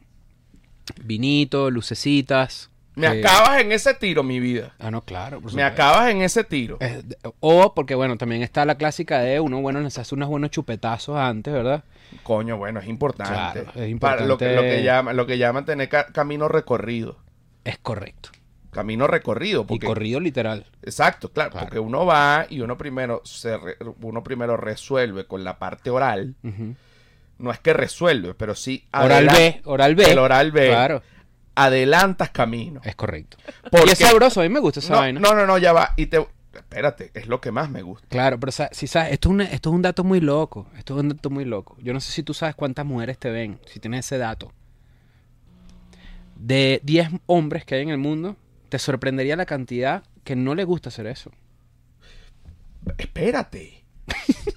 Vinito, lucecitas.
me
eh,
acabas en ese tiro, mi vida.
Ah, no, claro. por
Me
supuesto. Eh.
acabas en ese tiro.
Es- de- O porque, bueno, también está la clásica de uno, bueno, les hace unos buenos chupetazos antes, ¿verdad?
Coño, bueno, es importante.
Claro, es
Para lo, que, lo, que
importante.
llama, lo que llaman tener ca- camino recorrido.
Es correcto.
Camino recorrido.
Y
Porque,
corrido literal.
Exacto, claro,
Claro.
Porque uno va y uno primero, se re- uno primero resuelve con la parte oral.
Ujú.
No es que resuelve, pero sí
Oral
adelan-
B, oral B.
El oral B.
Claro,
adelantas camino.
es correcto.
Porque-
Y es sabroso, a mí me gusta esa
no,
vaina.
No, no, no, ya va. Y te... Espérate, es lo que más me gusta.
Claro, pero sa- si sabes, esto es, una- esto es un dato muy loco. Esto es un dato muy loco. Yo no sé si tú sabes cuántas mujeres te ven, si tienes ese dato. De 10 hombres que hay en el mundo, te sorprendería la cantidad que no le gusta hacer eso.
Espérate.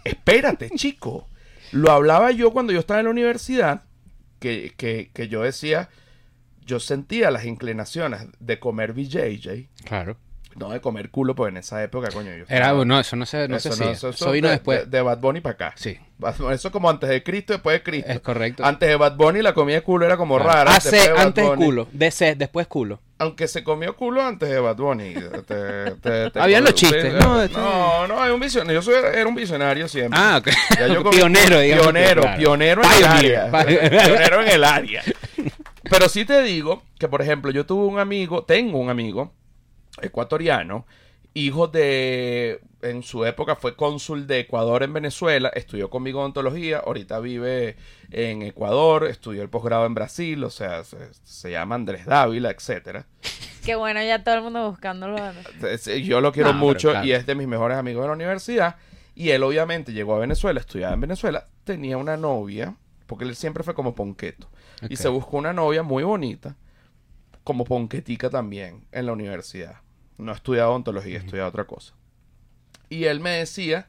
Espérate, chico. Lo hablaba yo cuando yo estaba en la universidad, que, que- que yo decía, yo sentía las inclinaciones de comer BJJ,
Claro.
no de comer culo, porque en esa época, coño, yo...
Era, bueno, eso no se, no
Eso
sé si.
eso-
Eso,
eso
vino
de-
después.
De, de Bad Bunny para acá.
Sí.
Bad Bunny, Eso como antes de Cristo, después de Cristo.
Es correcto.
Antes de Bad Bunny la comida de culo era como rara.
Hace
después de Bad
antes
Bunny-
culo, de C, después culo.
Aunque se comió culo antes de Bad Bunny. Te- te- te-
Ah, Habían los
sí,
chistes,
eh,
¿no?
No, no, hay un visionario. Yo soy- era un visionario siempre.
Ah, ok.
Ya yo comí-
pionero, digamos.
Pionero,
Claro.
pionero en el
Pioneer,
área.
pioneer.
Pionero en el área. Pero sí te digo que, por ejemplo, yo tuve un amigo, tengo un amigo ecuatoriano, hijo de, en su época fue cónsul de Ecuador en Venezuela, estudió conmigo ontología, ahorita vive en Ecuador, estudió el posgrado en Brasil, o sea, se, se llama Andrés Dávila, etcétera.
Que bueno, ya todo el mundo buscándolo. ¿no?
Es- eh, Yo lo quiero
No, pero
mucho
claro.
y es de mis mejores amigos de la universidad. Y él obviamente llegó a Venezuela, estudiaba en Venezuela, tenía una novia, porque él siempre fue como ponqueto. Y
Ok.
se buscó una novia muy bonita, como ponquetica también, en la universidad. No estudiaba ontología, estudiaba otra cosa. Y él me decía,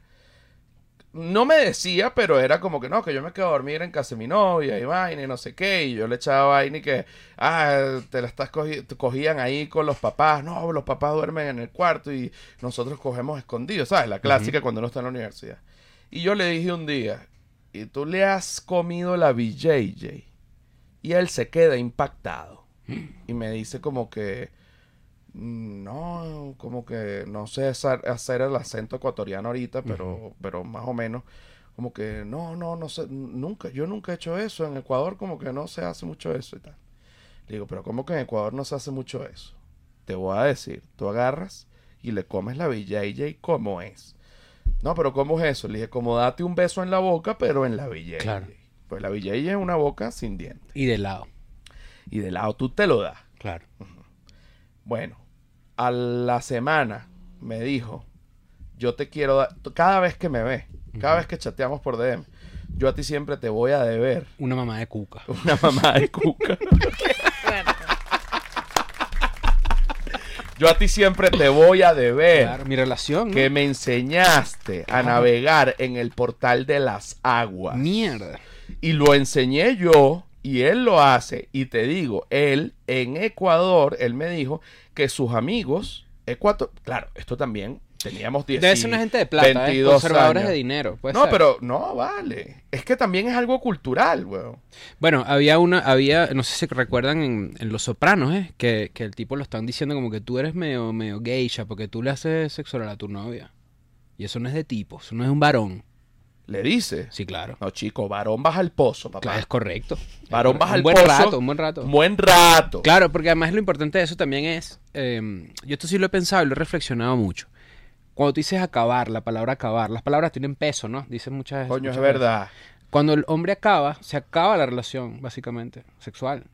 no me decía, pero era como que no, que yo me quedo a dormir en casa de mi novia y vaina y no sé qué. Y yo le echaba vaina y que, ah, te la estás cogi- te cogían ahí con los papás. No, los papás duermen en el cuarto y nosotros cogemos escondidos, ¿sabes? La clásica cuando uno está en la universidad. Y yo le dije un día, y tú le has comido la BJJ. Y él se queda impactado. Y me dice como que, no, como que no sé hacer hacer el acento ecuatoriano ahorita, pero, pero más o menos. Como que no, no, no sé, nunca, yo nunca he hecho eso. En Ecuador como que no se hace mucho eso y tal. Le digo, pero ¿cómo que en Ecuador no se hace mucho eso? Te voy a decir, tú agarras y le comes la BJJ como es. No, pero ¿cómo es eso? Le dije, como date un beso en la boca, pero en la BJJ.
Claro.
Pues la BJJ es una boca sin dientes.
Y de lado,
Y de lado tú te lo das.
claro.
Bueno, a la semana me dijo, yo te quiero dar, cada vez que me ve, cada vez que chateamos por DM, yo a ti siempre te voy a deber
Una mamá de cuca.
una mamá de cuca.
Fuerte.
Yo a ti siempre te voy a deber
Claro, mi relación. ¿no?
que me enseñaste a navegar en el portal de las aguas.
Mierda.
Y lo enseñé yo y él lo hace. Y te digo, él en Ecuador, él me dijo que sus amigos, Ecuador, claro, esto también teníamos 10
Debe ser una gente de plata, ¿eh? conservadores de dinero. pues, puede
No,
ser.
pero no, vale. Es que también es algo cultural, weón.
Bueno, había una, había, no sé si recuerdan en, en Los Sopranos, ¿eh? Que, que el tipo lo están diciendo como que tú eres medio, medio geisha porque tú le haces sexo oral a tu novia. Y eso no es de tipo, eso no es un varón.
Le dice.
Sí, claro.
No, chico, varón vas al pozo, papá.
Claro, es correcto.
Ah, Varón
Es
vas al
correcto. un buen
pozo.
rato, un buen rato.
Buen rato.
Claro, porque además lo importante de eso también es, eh, yo esto sí lo he pensado y lo he reflexionado mucho. Cuando tú dices acabar, la palabra acabar, las palabras tienen peso, ¿no? Dicen muchas veces.
Coño, es
muchas veces.
verdad.
Cuando el hombre acaba, se acaba la relación, básicamente, sexual.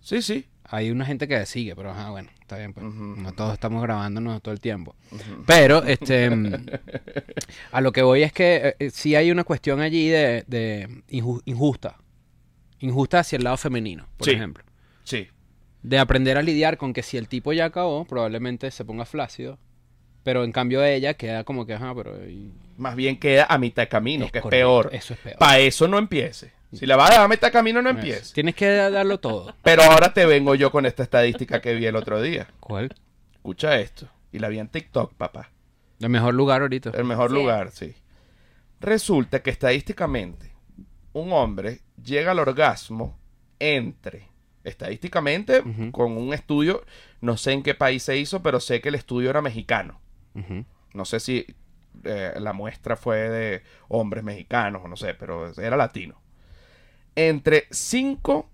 Sí, sí.
Hay una gente que sigue, pero ajá, bueno, está bien, pues.
Ujú.
No todos estamos grabándonos todo el tiempo. Pero, este. mm, a lo que voy es que eh, eh, sí hay una cuestión allí de, de inju- injusta. Injusta hacia el lado femenino, por
Sí.
ejemplo.
Sí.
De aprender a lidiar con que si el tipo ya acabó, probablemente se ponga flácido. Pero en cambio ella queda como que, ajá, pero. y-
Más bien queda a mitad de camino,
Es
que
correcto,
es peor.
eso es peor.
Para eso no empiece. Si la vas a dejar a mitad de camino, no empiece.
Tienes que darlo todo.
Pero ahora te vengo yo con esta estadística que vi el otro día.
¿Cuál?
Escucha esto. Y la vi en TikTok, papá.
El mejor lugar ahorita.
El mejor
Sí.
lugar, sí. Resulta que estadísticamente un hombre llega al orgasmo entre, estadísticamente,
Ujú.
con un estudio, no sé en qué país se hizo, pero sé que el estudio era mexicano.
Ujú.
No sé si eh, la muestra fue de hombres mexicanos o no sé, pero era latino. Entre 5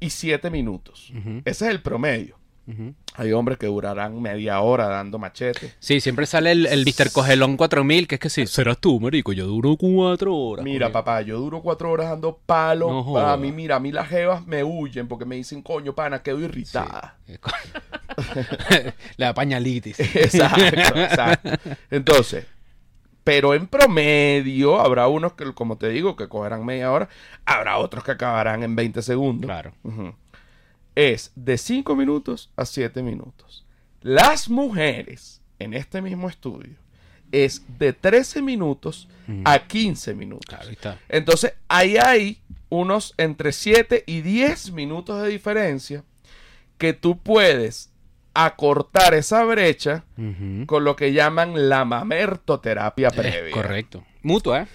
y 7 minutos.
Ujú.
Ese es el promedio.
Ujú.
Hay hombres que durarán media hora dando machete.
Sí, siempre sale el, el Mr. Cogelón 4000, que es que sí. Serás tú, marico, yo duro cuatro horas.
Mira,
coño.
papá, yo duro cuatro horas dando palo.
No joda.
a mí, mira, a mí las jevas me huyen porque me dicen, coño, pana, quedo
Sí.
irritada.
La pañalitis.
Exacto, exacto. Entonces, pero en promedio habrá unos que, como te digo, que cogerán media hora, habrá otros que acabarán en 20 segundos.
Claro.
Ujú. Es de 5 minutos a 7 minutos. Las mujeres, en este mismo estudio, es de 13 minutos a 15 minutos.
Claro, ahí está.
Entonces, ahí hay unos entre 7 y 10 minutos de diferencia que tú puedes acortar esa brecha con lo que llaman la mamertoterapia
Es
previa.
correcto. Mutua, ¿eh?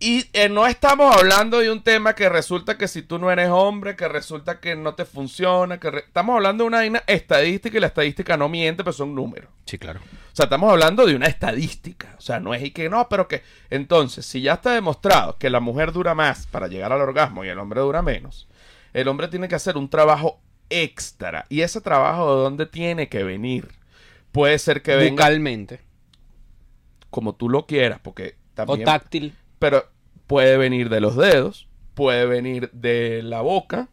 Y eh, no estamos hablando de un tema que resulta que si tú no eres hombre, que resulta que no te funciona, que re- estamos hablando de una vaina estadística y la estadística no miente, pero son números.
Sí, claro.
O sea, estamos hablando de una estadística. O sea, no es y que no, pero que. Entonces, si ya está demostrado que la mujer dura más para llegar al orgasmo y el hombre dura menos, el hombre tiene que hacer un trabajo extra. Y ese trabajo, ¿de dónde tiene que venir? Puede ser que venga
Bucalmente.
como tú lo quieras, porque
O
también.
táctil.
Pero puede venir de los dedos, puede venir de la boca,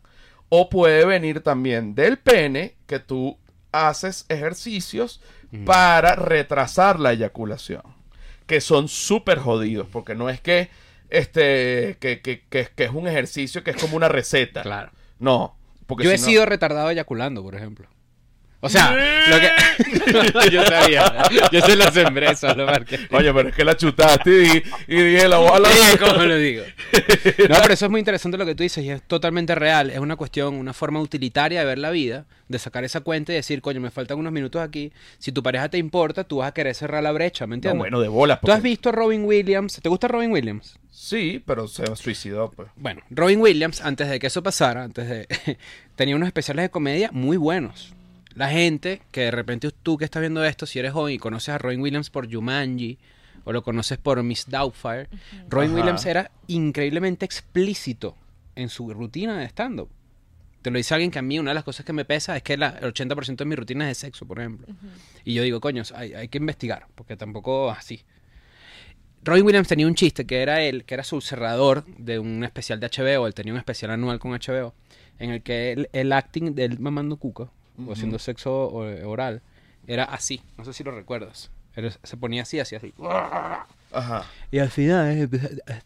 o puede venir también del pene, que tú haces ejercicios
Mm.
para retrasar la eyaculación. Que son súper jodidos, porque no es que este que, que- que- que es un ejercicio que es como una receta.
Claro.
No. Porque
Yo he
si no-
sido retardado eyaculando, por ejemplo. O sea, lo que... yo sabía. Yo se lo sembré solo porque...
Oye, pero es que la chutaste y, di- y dije la voy a lanzar.
¿Cómo lo digo? No, pero eso es muy interesante lo que tú dices y es totalmente real. Es una cuestión, una forma utilitaria de ver la vida, de sacar esa cuenta y decir, coño, me faltan unos minutos aquí. Si tu pareja te importa, tú vas a querer cerrar la brecha, ¿me
No,
entiendes?
bueno, de bolas.
¿Tú
porque-
has visto a Robin Williams? ¿Te gusta Robin Williams?
Sí, pero se suicidó, pues.
Bueno, Robin Williams, antes de que eso pasara, antes de. tenía unos especiales de comedia muy buenos. La gente que de repente tú que estás viendo esto, si eres joven y conoces a Robin Williams por Jumanji o lo conoces por Miss Doubtfire, Robin
Ajá.
Williams era increíblemente explícito en su rutina de stand-up. Te lo dice alguien que a mí una de las cosas que me pesa es que la- el 80% de mi rutina es de sexo, por ejemplo. Y yo digo, coño, hay, hay que investigar, porque tampoco así. Robin Williams tenía un chiste que era él, que era su cerrador de un especial de HBO, él tenía un especial anual con HBO, en el que él- el acting de él mamando cuco, o haciendo sexo o- oral, era así, no sé si lo recuerdas. Él se ponía así, así, así.
Ajá.
Y al final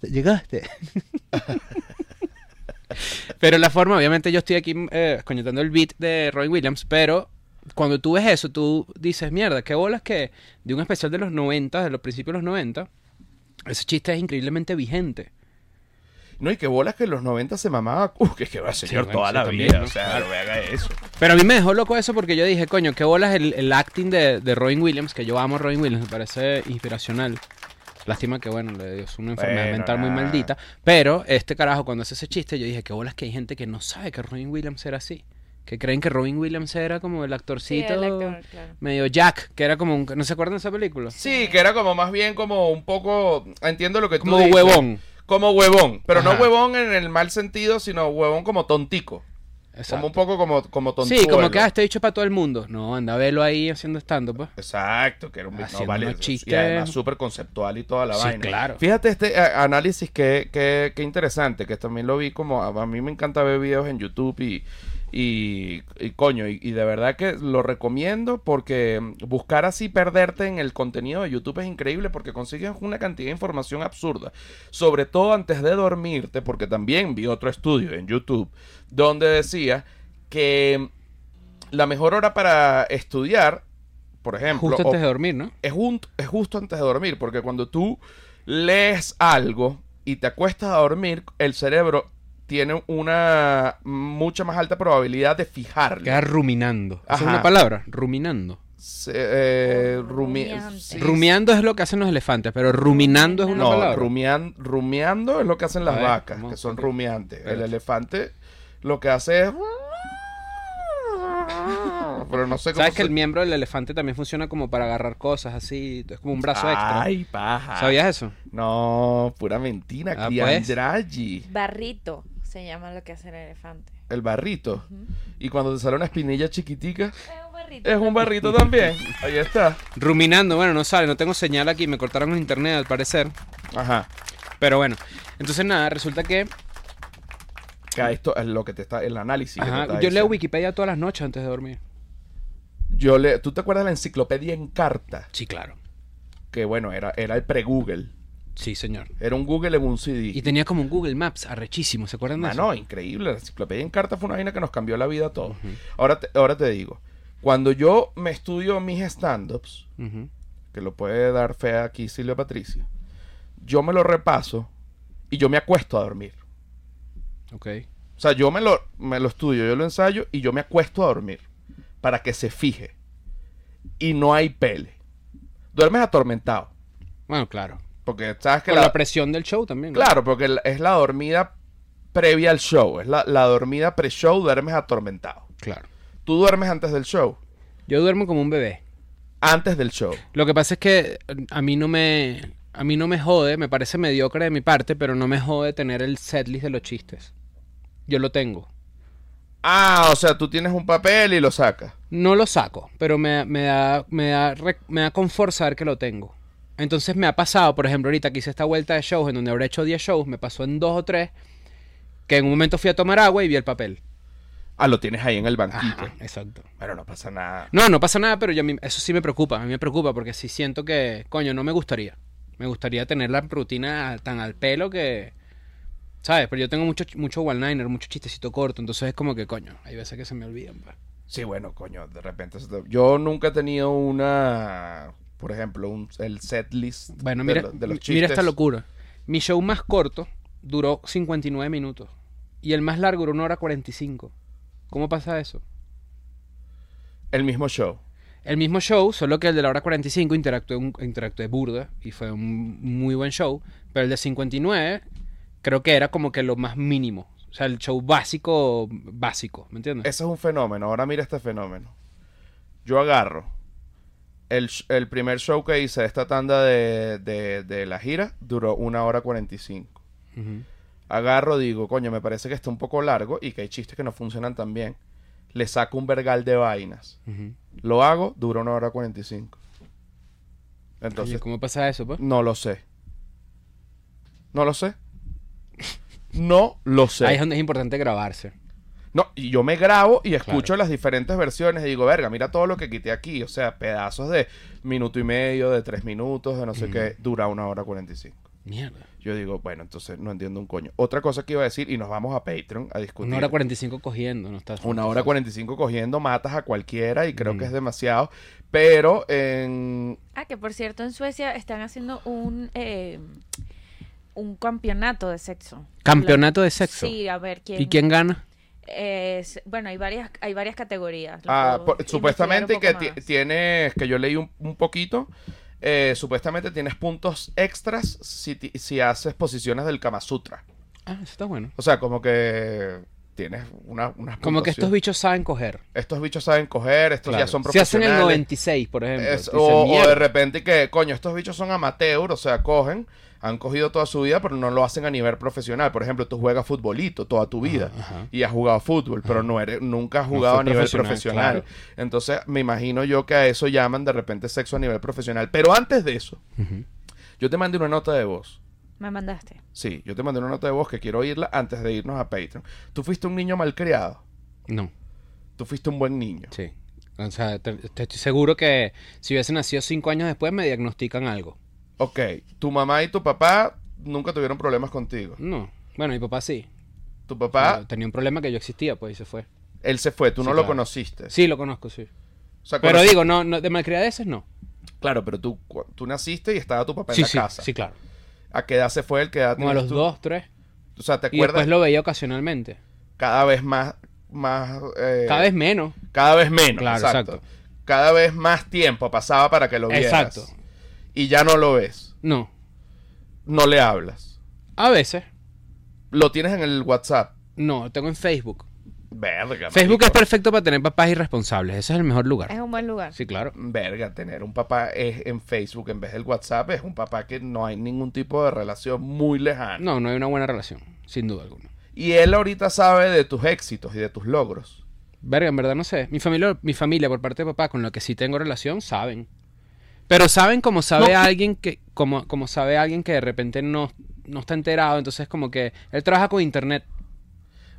llegaste. pero la forma, obviamente yo estoy aquí eh, coñetando el beat de Roy Williams, pero cuando tú ves eso, tú dices, mierda, qué bolas que de un especial de los 90, de los principios de los 90, ese chiste es increíblemente vigente.
No, y que bolas que en los 90 se mamaba. Uh, que, que va, señor,
bueno,
toda
sí,
la
también,
vida.
¿no?
O sea, no me haga eso.
Pero a mí me dejó loco eso porque yo dije, coño, qué bolas el, el acting de, de Robin Williams, que yo amo a Robin Williams, me parece inspiracional. Lástima que, bueno, le dio una enfermedad
Bueno,
mental muy
nada.
maldita. Pero este carajo, cuando hace ese chiste, yo dije, qué bolas que hay gente que no sabe que Robin Williams era así. Que creen que Robin Williams era como el
Sí,
actorcito
el actor, claro.
medio Jack, que era como un... ¿No se acuerdan de esa película?
Sí, que era como más bien como un poco. Entiendo lo que tú
Como
dices.
huevón.
Como huevón. Pero no
Ajá.
huevón en el mal sentido, sino huevón como tontico. Como un
Exacto.
poco como, como tontuelo.
Sí, como que, ah, este dicho para todo el mundo. No, anda a verlo ahí haciendo stand-up, pues.
Exacto, que era un no,
Haciendo
vale,
unos
Y
chistes.
además súper conceptual y toda la
Sí,
vaina.
claro.
Fíjate este eh, análisis que, que, que interesante, que también lo vi como. A, a mí me encanta ver videos en YouTube y. Y, y coño, y, y de verdad que lo recomiendo porque mm, buscar así perderte en el contenido de YouTube es increíble porque consigues una cantidad de información absurda, sobre todo antes de dormirte, porque también vi otro estudio en YouTube donde decía que mm, la mejor hora para estudiar, por ejemplo,
Justo
o-
antes de dormir, ¿no?
es, un- es justo antes de dormir, porque cuando tú lees algo y te acuestas a dormir, el cerebro tiene una mucha más alta probabilidad de
Queda
fijarlo.
ruminando. Esa es
Ajá.
una palabra, ruminando.
Se- eh, rumi-
Rumiante.
sí,
Rumiando es lo que hacen los elefantes, pero ruminando es una
No,
palabra.
rumian- rumiando es lo que hacen las
A ver,
vacas,
¿cómo?
que son
Ok.
rumiantes. El
Espérate.
elefante lo que hace es... Pero no sé cómo
¿Sabes que
se-
el miembro del elefante también funciona como para agarrar cosas así? Es como un brazo extra.
Ay, paja.
¿Sabías eso?
No, pura mentira.
Ah,
Crian
pues.
Draghi.
Barrito se llama lo que hace el elefante.
El barrito.
Ujú.
Y cuando te sale una espinilla chiquitica,
Es un barrito.
es un barrito también. Ahí está.
Ruminando, bueno, no sale, no tengo señal aquí, me cortaron el internet al parecer.
Ajá.
Pero bueno, entonces nada, resulta que
Que esto es lo que te está. El análisis. que te
ajá,
está
yo leo
diciendo.
Wikipedia todas las noches antes de dormir.
Yo leo. ¿Tú te acuerdas de la enciclopedia en carta?
Sí, claro.
Que bueno, era, era el pre-Google.
Sí, señor.
Era un Google en un CD.
Y tenía como un Google Maps arrechísimo, ¿se acuerdan de
Ah,
eso?
no, increíble. La enciclopedia en carta fue una vaina que nos cambió la vida a todos. ahora, te, ahora te digo. Cuando yo me estudio mis stand-ups,
Ujú.
que lo puede dar fe aquí Silvia Patricia, yo me lo repaso y yo me acuesto a dormir.
Ok.
O sea, yo me lo, me lo estudio, yo lo ensayo y yo me acuesto a dormir para que se fije. Y no hay pele. Duermes atormentado.
Bueno, claro.
Porque sabes que
Con la presión del show también. ¿no?
Claro, porque el- es la dormida previa al show. Es la, la dormida pre-show, duermes atormentado.
Claro.
Tú duermes antes del show.
Yo duermo como un bebé.
Antes del show.
Lo que pasa es que eh, a mí no me a mí no me jode, me parece mediocre de mi parte, pero no me jode tener el setlist de los chistes. Yo lo tengo.
Ah, o sea, tú tienes un papel y lo sacas.
No lo saco, pero me, me da me da re- me da confort saber que lo tengo. Entonces me ha pasado, por ejemplo, ahorita que hice esta vuelta de shows en donde habré hecho 10 shows, me pasó en dos o tres que en un momento fui a tomar agua y vi el papel.
Ah, lo tienes ahí en el banquito.
Ajá, exacto.
Pero no pasa nada.
No, no pasa nada, pero yo a mí- eso sí me preocupa. A mí me preocupa porque sí siento que, coño, no me gustaría. Me gustaría tener la rutina tan al pelo que. ¿Sabes? Pero yo tengo mucho, mucho one-liner, mucho chistecito corto, entonces es como que, coño, hay veces que se me olvidan. pues.
Sí, bueno, coño, de repente. se te- Yo nunca he tenido una. Por ejemplo, un, el set list
Bueno,
de
mira,
lo- de los
mira esta
chistes.
locura. Mi show más corto duró 59 minutos y el más largo duró una hora 45. ¿Cómo pasa eso?
El mismo show.
El mismo show, solo que el de la hora 45 interactué, un, interactué burda y fue un muy buen show. Pero el de 59 creo que era como que lo más mínimo. O sea, el show básico, básico, ¿me entiendes?
Ese es un fenómeno. Ahora mira este fenómeno. Yo agarro el, sh- el primer show que hice de esta tanda de, de- de la gira, duró una hora 45.
Ujú.
Agarro, digo, coño, me parece que está un poco largo y que hay chistes que no funcionan tan bien. Le saco un vergal de vainas.
Ujú.
Lo hago, dura una hora 45.
Oye,
Entonces,
¿cómo pasa eso, pues?
no lo sé. No lo sé. No lo sé.
Ahí es donde es importante grabarse.
No, y yo me grabo y escucho las diferentes versiones y digo, verga, mira todo lo que quité aquí. O sea, pedazos de minuto y medio, de tres minutos, de no sé qué, dura una hora cuarenta y cinco.
Mierda.
Yo digo, bueno, entonces no entiendo un coño. Otra cosa que iba a decir, y nos vamos a Patreon a discutir.
Una hora 45 cogiendo, no estás.
Una hora 45 cogiendo, matas a cualquiera y creo que es demasiado. Pero en...
Ah, que por cierto, en Suecia están haciendo un, eh, un campeonato de sexo.
Campeonato de sexo.
Sí, a ver quién.
¿Y quién gana?
es- bueno, hay varias, hay varias categorías. lo
ah,
puedo
por-
investigar
supuestamente
un
que
poco
ti-
más.
tienes, que yo leí un, un poquito, eh, supuestamente tienes puntos extras si, ti- si haces posiciones del Kama Sutra.
Ah, eso está bueno.
O sea, como que tienes una, unas
Como que estos
puntuaciones.
bichos saben coger.
Estos bichos saben coger, estos
Claro.
ya son
si hacen el
profesionales.
96, por ejemplo.
Es-
tú dices,
o, o
"Mierda".
de repente que, coño, estos bichos son amateur, o sea, cogen, han cogido toda su vida, pero no lo hacen a nivel profesional. Por ejemplo, tú juegas futbolito toda tu vida
ajá.
y has jugado fútbol, pero no eres, nunca has jugado
fue
a nivel
profesional,
profesional. Entonces, me imagino yo que a eso llaman de repente sexo a nivel profesional. Pero antes de eso,
Ujú.
yo te mandé una nota de voz.
Me mandaste.
Sí, yo te mandé una nota de voz que quiero oírla antes de irnos a Patreon. Tú fuiste un niño malcriado.
No.
Tú fuiste un buen niño.
Sí. O sea, te, te estoy seguro que si hubiese nacido cinco años después me diagnostican algo.
Ok, tu mamá y tu papá nunca tuvieron problemas contigo.
No. Bueno, mi papá sí.
Tu papá,
Pero Tenía un problema que yo existía, pues, y se fue.
él se fue, tú
Sí,
no lo
claro.
conociste.
Sí, lo conozco, sí.
O sea,
Pero
conoci-
digo, no, no de malcriadeces no.
Claro, pero tú, cu- tú naciste y estaba tu papá
Sí,
Pues en la
sí,
casa.
sí, claro.
¿A qué edad se fue él? ¿Qué edad
Como a
tenías
los
tú?
dos, tres.
O sea, ¿te
Y después
acuerdas? Eh.
lo veía ocasionalmente.
Cada vez más... más eh,
Cada vez menos.
cada vez menos.
Claro,
exacto.
exacto.
Cada vez más tiempo pasaba para que lo vieras.
Exacto.
Y ya no lo ves.
No.
No le hablas.
A veces.
Lo tienes en el WhatsApp.
No, lo tengo en Facebook.
Verga.
Facebook
marico.
es perfecto para tener papás irresponsables. Ese es el mejor lugar.
Es un buen lugar.
Sí, claro.
Verga, tener un papá es en Facebook en vez del WhatsApp es un papá que no hay ningún tipo de relación muy lejana.
No, no hay una buena relación, sin duda alguna.
Y él ahorita sabe de tus éxitos y de tus logros.
Verga, en verdad no sé. Mi familia, mi familia por parte de papá, con la que sí tengo relación, saben. Pero saben como sabe alguien que, como, como sabe alguien que de repente no, no está enterado, entonces como que él trabaja con internet.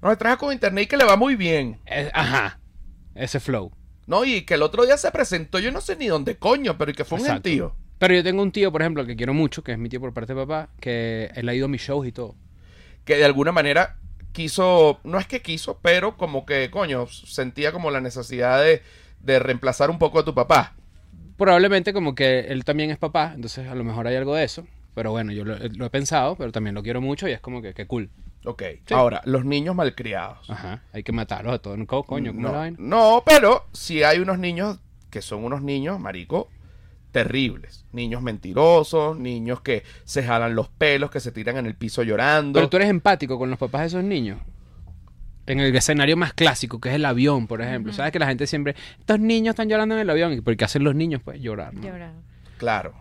No, él trabaja con internet y que le va muy bien.
Eh, ajá. Ese flow.
No, y que el otro día se presentó, yo no sé ni dónde coño, pero y que fue un
Exacto.
gentío.
Pero yo tengo un tío, por ejemplo, que quiero mucho, que es mi tío por parte de papá, que él ha ido a mis shows y todo.
Que de alguna manera quiso, no es que quiso, pero como que coño, sentía como la necesidad de, de reemplazar un poco a tu papá.
Probablemente como que él también es papá, entonces a lo mejor hay algo de eso. Pero bueno, yo lo, lo he pensado, pero también lo quiero mucho y es como que, que cool.
Ok,
Sí.
ahora, los niños malcriados.
Ajá. Hay que matarlos a todos. Co- Coño, ¿cómo es la
no,
vaina?
no, pero si hay unos niños que son unos niños, marico, terribles. Niños mentirosos, niños que se jalan los pelos, que se tiran en el piso llorando.
Pero tú eres empático con los papás de esos niños. En el escenario más clásico, que es el avión, por ejemplo. ¿Sabes que la gente siempre. Estos niños están llorando en el avión. ¿Y por qué hacen los niños? Pues llorar. ¿no?
Llorar.
Claro.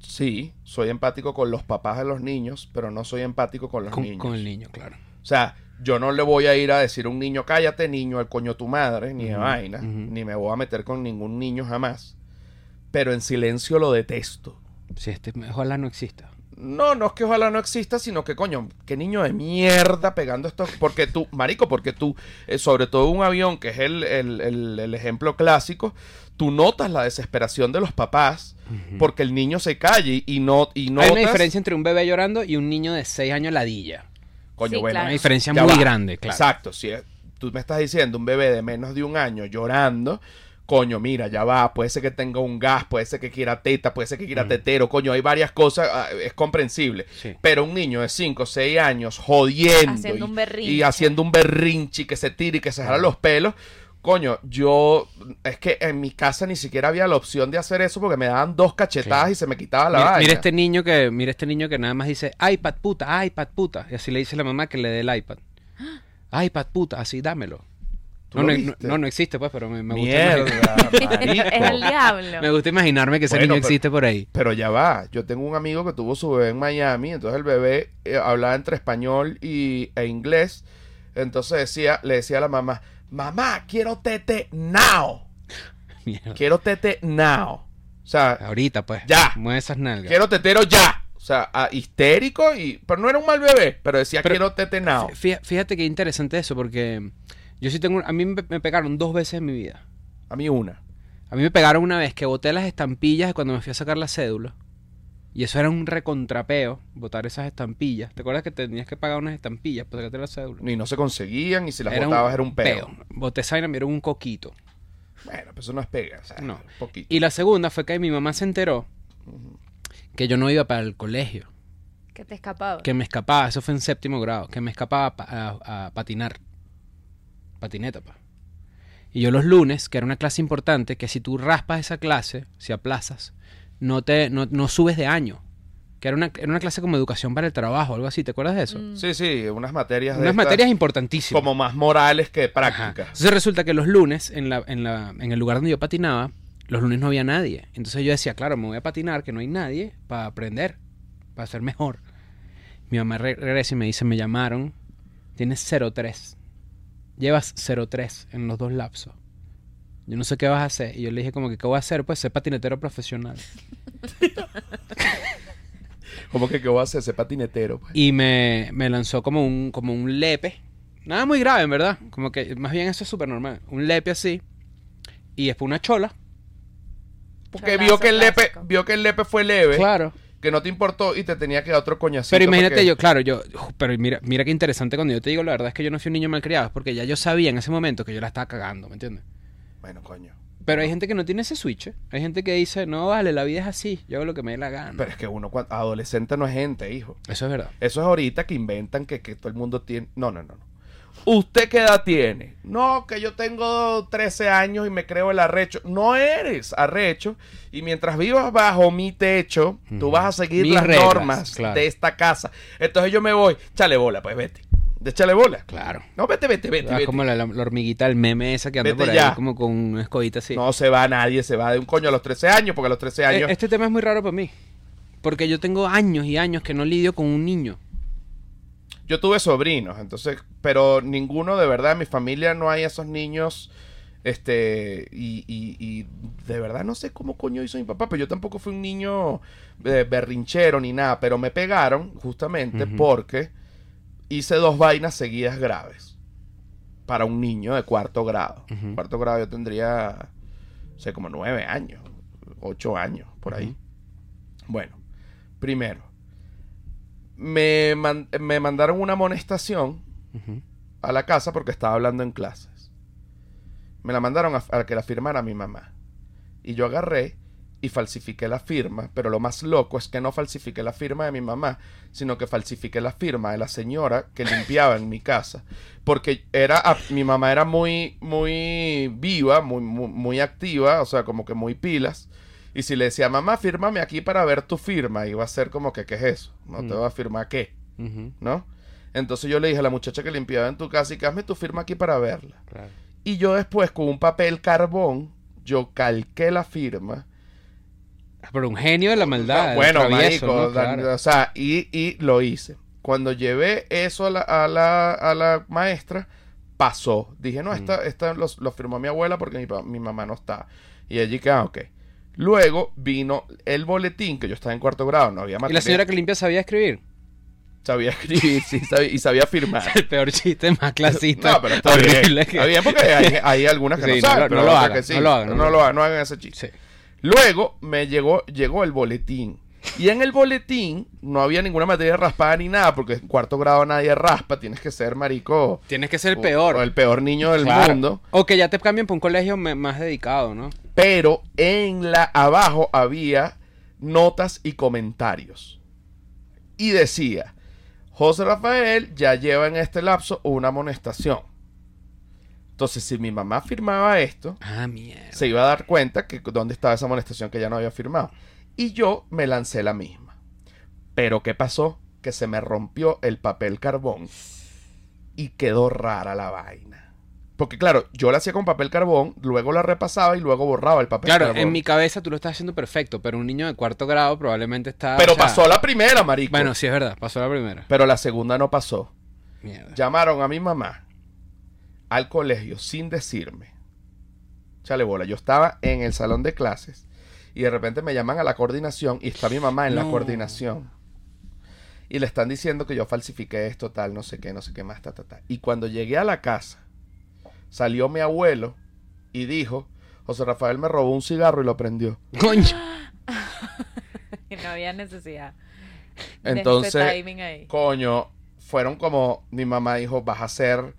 Sí, soy empático con los papás de los niños, pero no soy empático con los
Con,
niños.
con el niño, claro.
O sea, yo no le voy a ir a decir a un niño, cállate, niño, el coño tu madre, ni de
Ujú,
vaina,
ujú.
ni me voy a meter con ningún niño jamás. Pero en silencio lo detesto.
Si este, ojalá no exista.
No, no es que ojalá no exista, sino que coño, qué niño de mierda pegando esto. Porque tú, marico, porque tú, eh, sobre todo un avión, que es el, el- el- el ejemplo clásico, tú notas la desesperación de los papás porque el niño se calle y no. Y notas,
Hay una diferencia entre un bebé llorando y un niño de 6 años ladilla.
Coño,
Sí,
bueno,
claro.
Una diferencia
Ya
muy
va.
grande, claro.
Exacto, si es- tú me estás diciendo un bebé de menos de un año llorando, coño, mira, ya va, puede ser que tenga un gas, puede ser que quiera teta, puede ser que quiera tetero, coño, hay varias cosas, ah, es comprensible.
Mm. Sí.
Pero un niño de 5, 6 años jodiendo
Haciendo
y,
un berrinche.
y haciendo un berrinche y que se tire y que se jala
Mm.
los pelos. Coño, yo es que en mi casa ni siquiera había la opción de hacer eso porque me daban dos cachetadas
Sí.
y se me quitaba la
Mira,
vaina.
mira este niño que mira este niño que nada más dice iPad puta, iPad puta y así le dice la mamá que le dé el iPad. iPad puta, así dámelo.
¿Tú
No
lo
no,
viste?
no, no existe pues, pero me, me gusta
Mierda,
imaginar-
es el
marico.
diablo.
me gusta imaginarme que ese
Bueno,
niño
pero-
existe por ahí.
Pero ya va, yo tengo un amigo que tuvo su bebé en Miami, entonces el bebé eh, hablaba entre español y, e inglés, entonces decía, le decía a la mamá, mamá, quiero tete now,
Mierda.
quiero tete now, o sea,
Ahorita pues.
Ya.
Mueve esas nalgas.
quiero tetero ya, o sea, ah, histérico, y pero no era un mal bebé, pero decía,
Pero-
quiero tete now.
Fí- Fíjate que interesante eso porque yo sí tengo un- a mí me me pegaron dos veces en mi vida.
A mí una.
A mí me pegaron una vez que boté las estampillas de cuando me fui a sacar la cédula. Y eso era un recontrapeo, botar esas estampillas. ¿Te acuerdas que tenías que pagar unas estampillas para sacarte la cédula?
Y no se conseguían, y si las botabas era un peo.
Boté esa vaina, me dieron un coquito.
Bueno, pues eso no es pega, o sea,
No.
un poquito.
Y la segunda fue que mi mamá se enteró que yo no iba para el colegio,
Que te escapaba.
que me escapaba, eso fue en séptimo grado, que me escapaba pa- a, a patinar. Patineta, pa. Y yo los lunes, que era una clase importante, que si tú raspas esa clase, si aplazas, no te no, no subes de año. Que era una, era una clase como educación para el trabajo, algo así, ¿te acuerdas de eso?
Mm.
Sí, sí, unas materias de
Unas
estas
materias importantísimas.
como más morales que
Ajá.
prácticas.
Entonces resulta que los lunes, en, la, en, la, en el lugar donde yo patinaba, los lunes no había nadie. Entonces yo decía, claro, me voy a patinar, que no hay nadie, para aprender, para ser mejor. Mi mamá re- regresa y me dice, me llamaron, tienes 03. Llevas 03 en los dos lapsos. Yo no sé qué vas a hacer. Y yo le dije como que, ¿qué voy a hacer? Pues ser patinetero profesional.
Como que, ¿qué voy a hacer? Ese patinetero, pues.
Y me, me lanzó como un, como un lepe. Nada muy grave, en verdad. Como que más bien eso es súper normal. Un lepe así. Y después una chola.
Porque
Cholazo
vio que, el lepe,
clásico.
vio que el lepe fue leve,
Claro.
que no te importó y te tenía que dar otro coñacito.
Pero imagínate
porque-
yo, claro, yo, ujú, pero mira, mira qué interesante cuando yo te digo la verdad es que yo no fui un niño malcriado, es porque ya yo sabía en ese momento que yo la estaba cagando, ¿me entiendes?
Bueno, coño.
Pero hay gente que no tiene ese switch, ¿eh? hay gente que dice, no vale, la vida es así, yo hago lo que me dé la gana.
Pero es que uno, cuando, adolescente no es gente, hijo.
Eso es verdad.
Eso es ahorita que inventan que, que todo el mundo tiene. No, no, no, no. ¿Usted qué edad tiene? No, que yo tengo 13 años y me creo el arrecho. No eres arrecho. Y mientras vivas bajo mi techo, tú vas a seguir
Mis
las
reglas,
normas
claro.
de esta casa. Entonces yo me voy. Chale bola, pues vete. De chale bola.
Claro.
No, vete, vete, vete.
Ah,
vete.
como la, la- la hormiguita, el meme esa que anda
Vete
por ahí,
ya.
como con una escobita así.
No se va nadie, se va de un coño a los 13 años, porque a los 13
Eh,
años.
Este tema es muy raro para mí, porque yo tengo años y años que no lidio con un niño.
Yo tuve sobrinos, entonces, pero ninguno de verdad, en mi familia no hay esos niños. Este, y, y- y de verdad no sé cómo coño hizo mi papá, pero yo tampoco fui un niño eh, berrinchero ni nada, pero me pegaron justamente
Ujú.
porque hice dos vainas seguidas graves para un niño de cuarto grado.
Ujú.
Cuarto grado yo tendría, no sé, como nueve años, ocho años, por ahí.
Ujú.
Bueno, primero, me, man- me mandaron una amonestación
Ujú.
a la casa porque estaba hablando en clases. Me la mandaron a, a que la firmara mi mamá. Y yo agarré y falsifiqué la firma, pero lo más loco es que no falsifiqué la firma de mi mamá, sino que falsifiqué la firma de la señora que limpiaba en mi casa, porque era a- mi mamá era muy muy viva, muy, muy muy activa, o sea, como que muy pilas Y si le decía, mamá, fírmame aquí para ver tu firma, iba a ser como que, ¿qué es eso? No te va a firmar qué,
Ujú,
¿no? Entonces yo le dije a la muchacha que limpiaba en tu casa y que hazme tu firma aquí para verla.
claro.
Y yo después, con un papel carbón, yo calqué la firma.
Ah, Pero un genio de la maldad.
Ah,
el
bueno, marico,
travieso, ¿no?
Dan-
Claro.
o sea, y, y lo hice. Cuando llevé eso a la, a la, a la maestra, pasó. Dije,
Mm.
no, esta, esta los- lo, firmó mi abuela porque mi, pa- mi mamá no está. Y allí que, ah, ok. Luego vino el boletín, que yo estaba en cuarto grado, no había
Y
materia.
la señora que limpia sabía escribir.
sabía escribir sí, sabía- y sabía firmar.
El peor chiste más clasista.
No, pero está bien.
horrible que-
Está bien porque hay, hay algunas que
Sí,
no
no
saben,
lo-
pero
no lo
otras
hagan,
que sí.
no lo hagan,
No, no
no lo
lo hagan, no hagan ese chiste.
Sí.
Luego me llegó, llegó el boletín. Y en el boletín no había ninguna materia raspada ni nada, porque en cuarto grado nadie raspa, tienes que ser marico.
Tienes que ser el
o-
peor.
O, el peor niño del
Claro.
mundo.
O que ya te cambien por un colegio me- más dedicado, ¿no?
Pero en la abajo había notas y comentarios. Y decía, José Rafael ya lleva en este lapso una amonestación. Entonces, si mi mamá firmaba esto,
Ah, mierda.
se iba a dar cuenta que dónde estaba esa amonestación que ya no había firmado. Y yo me lancé la misma. Pero ¿qué pasó? Que se me rompió el papel carbón y quedó rara la vaina. Porque claro, yo la hacía con papel carbón, luego la repasaba y luego borraba el papel
Claro,
carbón.
en mi cabeza tú lo estás haciendo perfecto, pero un niño de cuarto grado probablemente está.
Pero
o sea,
pasó la primera, marico.
Bueno, sí es verdad, pasó la primera.
Pero la segunda no pasó.
Mierda.
Llamaron a mi mamá al colegio sin decirme. Chale bola, yo estaba en el salón de clases y de repente me llaman a la coordinación y está mi mamá en la
No.
coordinación. Y le están diciendo que yo falsifiqué esto, tal, no sé qué, no sé qué más, ta, ta, ta. Y cuando llegué a la casa, salió mi abuelo y dijo, José Rafael me robó un cigarro y lo prendió.
Coño.
No había necesidad. de ese
Entonces,
timing ahí.
coño, fueron como, mi mamá dijo, vas a ser...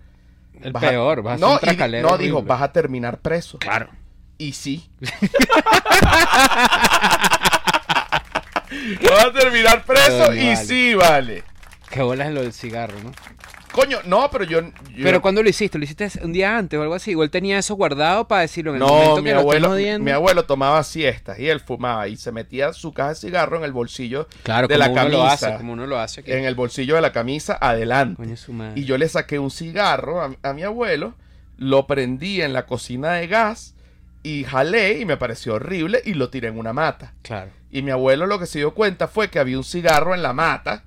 El
vas a-
peor, vas a ser
no,
un
y di-
tracalero
no dijo,
horrible.
vas a terminar preso.
Claro.
Y sí. Vas a terminar preso
Coño,
y
vale.
sí, vale.
Que bolas lo del cigarro, ¿no?
Coño, no, pero yo. yo-
Pero cuando lo hiciste, lo hiciste un día antes o algo así. Igual tenía eso guardado para decirlo en el
No,
momento
mi
que lo estén
abuelo, mi,
jodiendo.
mi abuelo tomaba siestas y él fumaba y se metía su caja de cigarro en el bolsillo
Claro,
de
como
la
uno
camisa.
lo hace, como uno lo hace. aquí.
En el bolsillo de la camisa adelante.
Coño, su madre.
Y yo le saqué un cigarro a, a mi abuelo, lo prendí en la cocina de gas y jalé y me pareció horrible y lo tiré en una mata.
Claro.
Y mi abuelo lo que se dio cuenta fue que había un cigarro en la mata.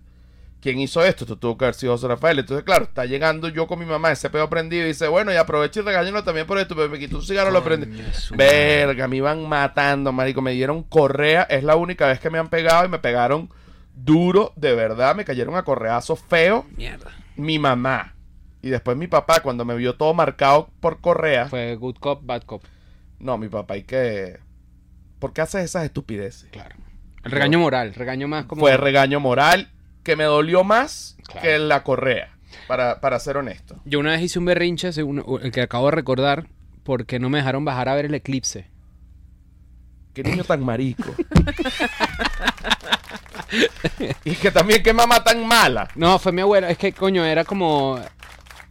¿Quién hizo esto? Esto tuvo que haber sido José Rafael. Entonces, claro, está llegando yo con mi mamá, ese pedo prendido, y dice, bueno, y aprovecho y regáñalo también por esto, pero me quitó un cigarro, lo prendí.
Coño, su madre.
Verga, me iban matando, marico. Me dieron correa. Es la única vez que me han pegado y me pegaron duro, de verdad. Me cayeron a correazos feo.
Mierda.
Mi mamá. Y después mi papá, cuando me vio todo marcado por correa.
Fue good cop, bad cop.
No, mi papá, ¿y que ¿Por qué haces esas estupideces?
Claro. El regaño moral, regaño más como.
fue regaño moral que me dolió más
Claro.
que la correa, para, para ser honesto.
Yo una vez hice un berrinche, según- el que acabo de recordar, porque no me dejaron bajar a ver el eclipse.
Qué niño tan marico. y que también qué mamá tan mala.
No, fue mi abuela. Es que, coño, era como.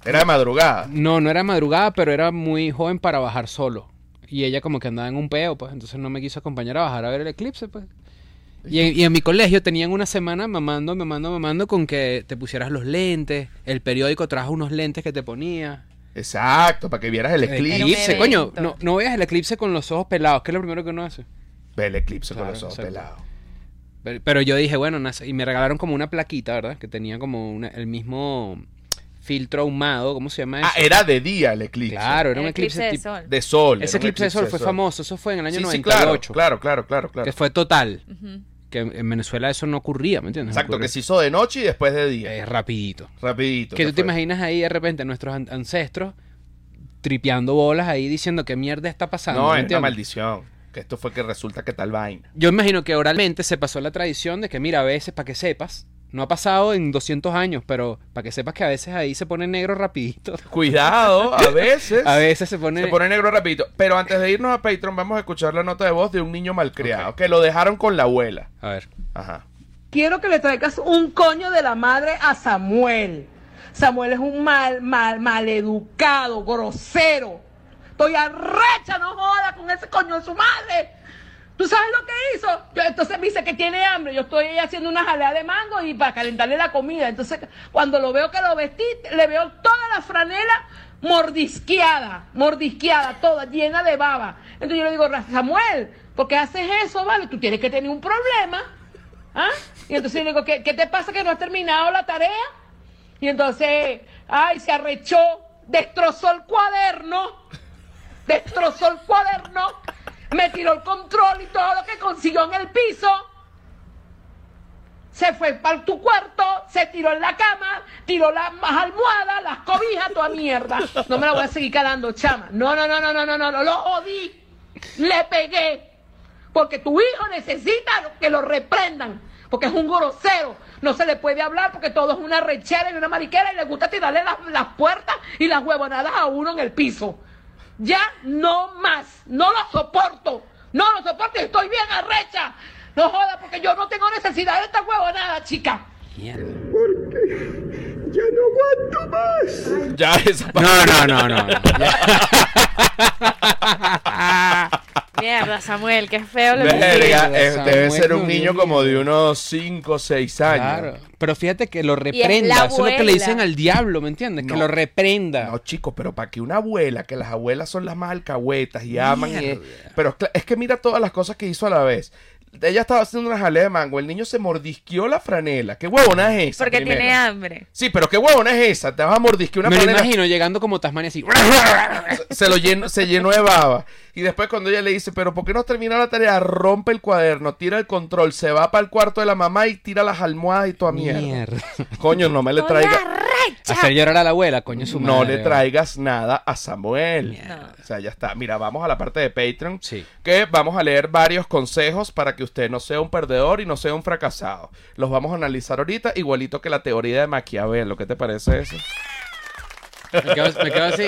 Era de madrugada.
No, no era madrugada, pero era muy joven para bajar solo. Y ella como que andaba en un peo, pues. Entonces no me quiso acompañar a bajar a ver el eclipse, pues. Y en, y en mi colegio tenían una semana mamando, mamando, mamando con que te pusieras los lentes. El periódico trajo unos lentes que te ponías.
Exacto, para que vieras el
Era
eclipse.
un
eclipse, coño.
evento.
No, no veas el eclipse con los ojos pelados, que es lo primero que uno hace.
Ve el eclipse con
Claro,
los ojos
exacto.
pelados.
Pero, pero yo dije, bueno, nace- y me regalaron como una plaquita, ¿verdad? Que tenía como una- el mismo filtro ahumado, ¿cómo se llama eso?
Ah, era de día el eclipse.
Claro, era un
El
eclipse,
de
tipo-
sol.
De sol.
Ese
era un
eclipse de sol fue famoso, eso fue en el año
Sí, sí, claro,
98,
claro, claro, claro, claro.
que fue total,
Ujú.
que en en Venezuela eso no ocurría, ¿me entiendes?
Exacto, que
Ocurre-
se hizo de noche y después de día.
Es rapidito.
Rapidito.
Eh, Que tú te
fue.
imaginas ahí de repente nuestros an- ancestros tripeando bolas ahí diciendo qué mierda está pasando.
No, es
¿me
una
entiendes?
maldición. Que esto fue que resulta que tal vaina.
Yo imagino que oralmente se pasó la tradición de que, mira, a veces, para que sepas, no ha pasado en 200 años, pero para que sepas que a veces ahí se pone negro rapidito.
Cuidado, a veces.
A veces se pone...
Se pone negro rapidito. Pero antes de irnos a Patreon, vamos a escuchar la nota de voz de un niño malcriado que lo dejaron con la abuela.
A ver.
Ajá.
Quiero que le traigas un coño de la madre a Samuel. Samuel es un mal, mal, maleducado, grosero. Estoy arrecha, no joda con ese coño de su madre. ¿Tú sabes lo que hizo? Yo- entonces me dice que tiene hambre. Yo estoy ahí haciendo una jalea de mango y para calentarle la comida. Entonces, cuando lo veo que lo vestí, le veo toda la franela mordisqueada, mordisqueada, toda, llena de baba. Entonces yo le digo, "Ra- Samuel, ¿por qué haces eso, vale? Tú tienes que tener un problema. ¿Ah? Y entonces yo le digo, ¿qué, qué te pasa que no has terminado la tarea? Y entonces, ay, se arrechó, destrozó el cuaderno, destrozó el cuaderno, me tiró el control y todo lo que consiguió en el piso. Se fue para tu cuarto, se tiró en la cama, tiró las más almohadas, las cobijas, toda mierda. No me la voy a seguir calando, chama. No, no, no, no, no, no, no, no, lo jodí. Le pegué. Porque tu hijo necesita que lo reprendan. Porque es un grosero. No se le puede hablar porque todo es una rechera y una mariquera y le gusta tirarle las, las puertas y las huevonadas a uno en el piso. Ya no más. No lo soporto. No lo soporto y estoy bien arrecha. No joda porque yo no tengo necesidad de esta huevonada, chica.
Mierda.
Ya esa
No, no, no, no. no.
Mierda, Samuel, qué feo lo que hiciste.
Verga,
Mierda,
eh, debe
Samuel,
ser un
no,
niño
Dios
como de unos 5 o 6 años.
Claro. Pero fíjate que lo
es la
reprenda. Eso es lo que le
abuela.
dicen al diablo, ¿me entiendes?
No.
Que lo reprenda.
No, chicos, pero para que una abuela, que las abuelas son las más alcahuetas y aman. y es- pero es cla- es que mira todas las cosas que hizo a la vez. Ella estaba haciendo una jalea de mango, el niño se mordisqueó la franela. ¿Qué huevona es esa?
Porque
primero?
tiene hambre.
Sí, pero ¿qué huevona es esa? Te vas a mordisquear una
Me lo
franela.
imagino llegando como Tasmania así.
se lo llenó, se llenó de baba. Y después cuando ella le dice, pero ¿por qué no has terminado la tarea? Rompe el cuaderno, tira el control, se va para el cuarto de la mamá y tira las almohadas y toda mierda.
Mierda.
Coño, no me le traigas.
Hacer llorar a la abuela, coño, su
No
madre,
le
vale.
traigas nada a Samuel.
Mierda.
O sea, ya está. Mira, vamos a la parte de Patreon.
Sí.
Que vamos a leer varios consejos para que usted no sea un perdedor y no sea un fracasado. Los vamos a analizar ahorita, igualito que la teoría de Maquiavelo. ¿Qué te parece eso?
Me quedo, me quedo así.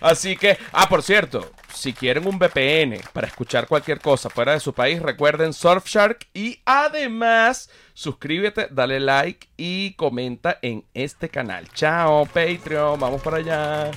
Así que, ah, por cierto, si quieren un VPN para escuchar cualquier cosa fuera de su país, recuerden Surfshark y además suscríbete, dale like y comenta en este canal. Chao, Patreon, vamos para allá.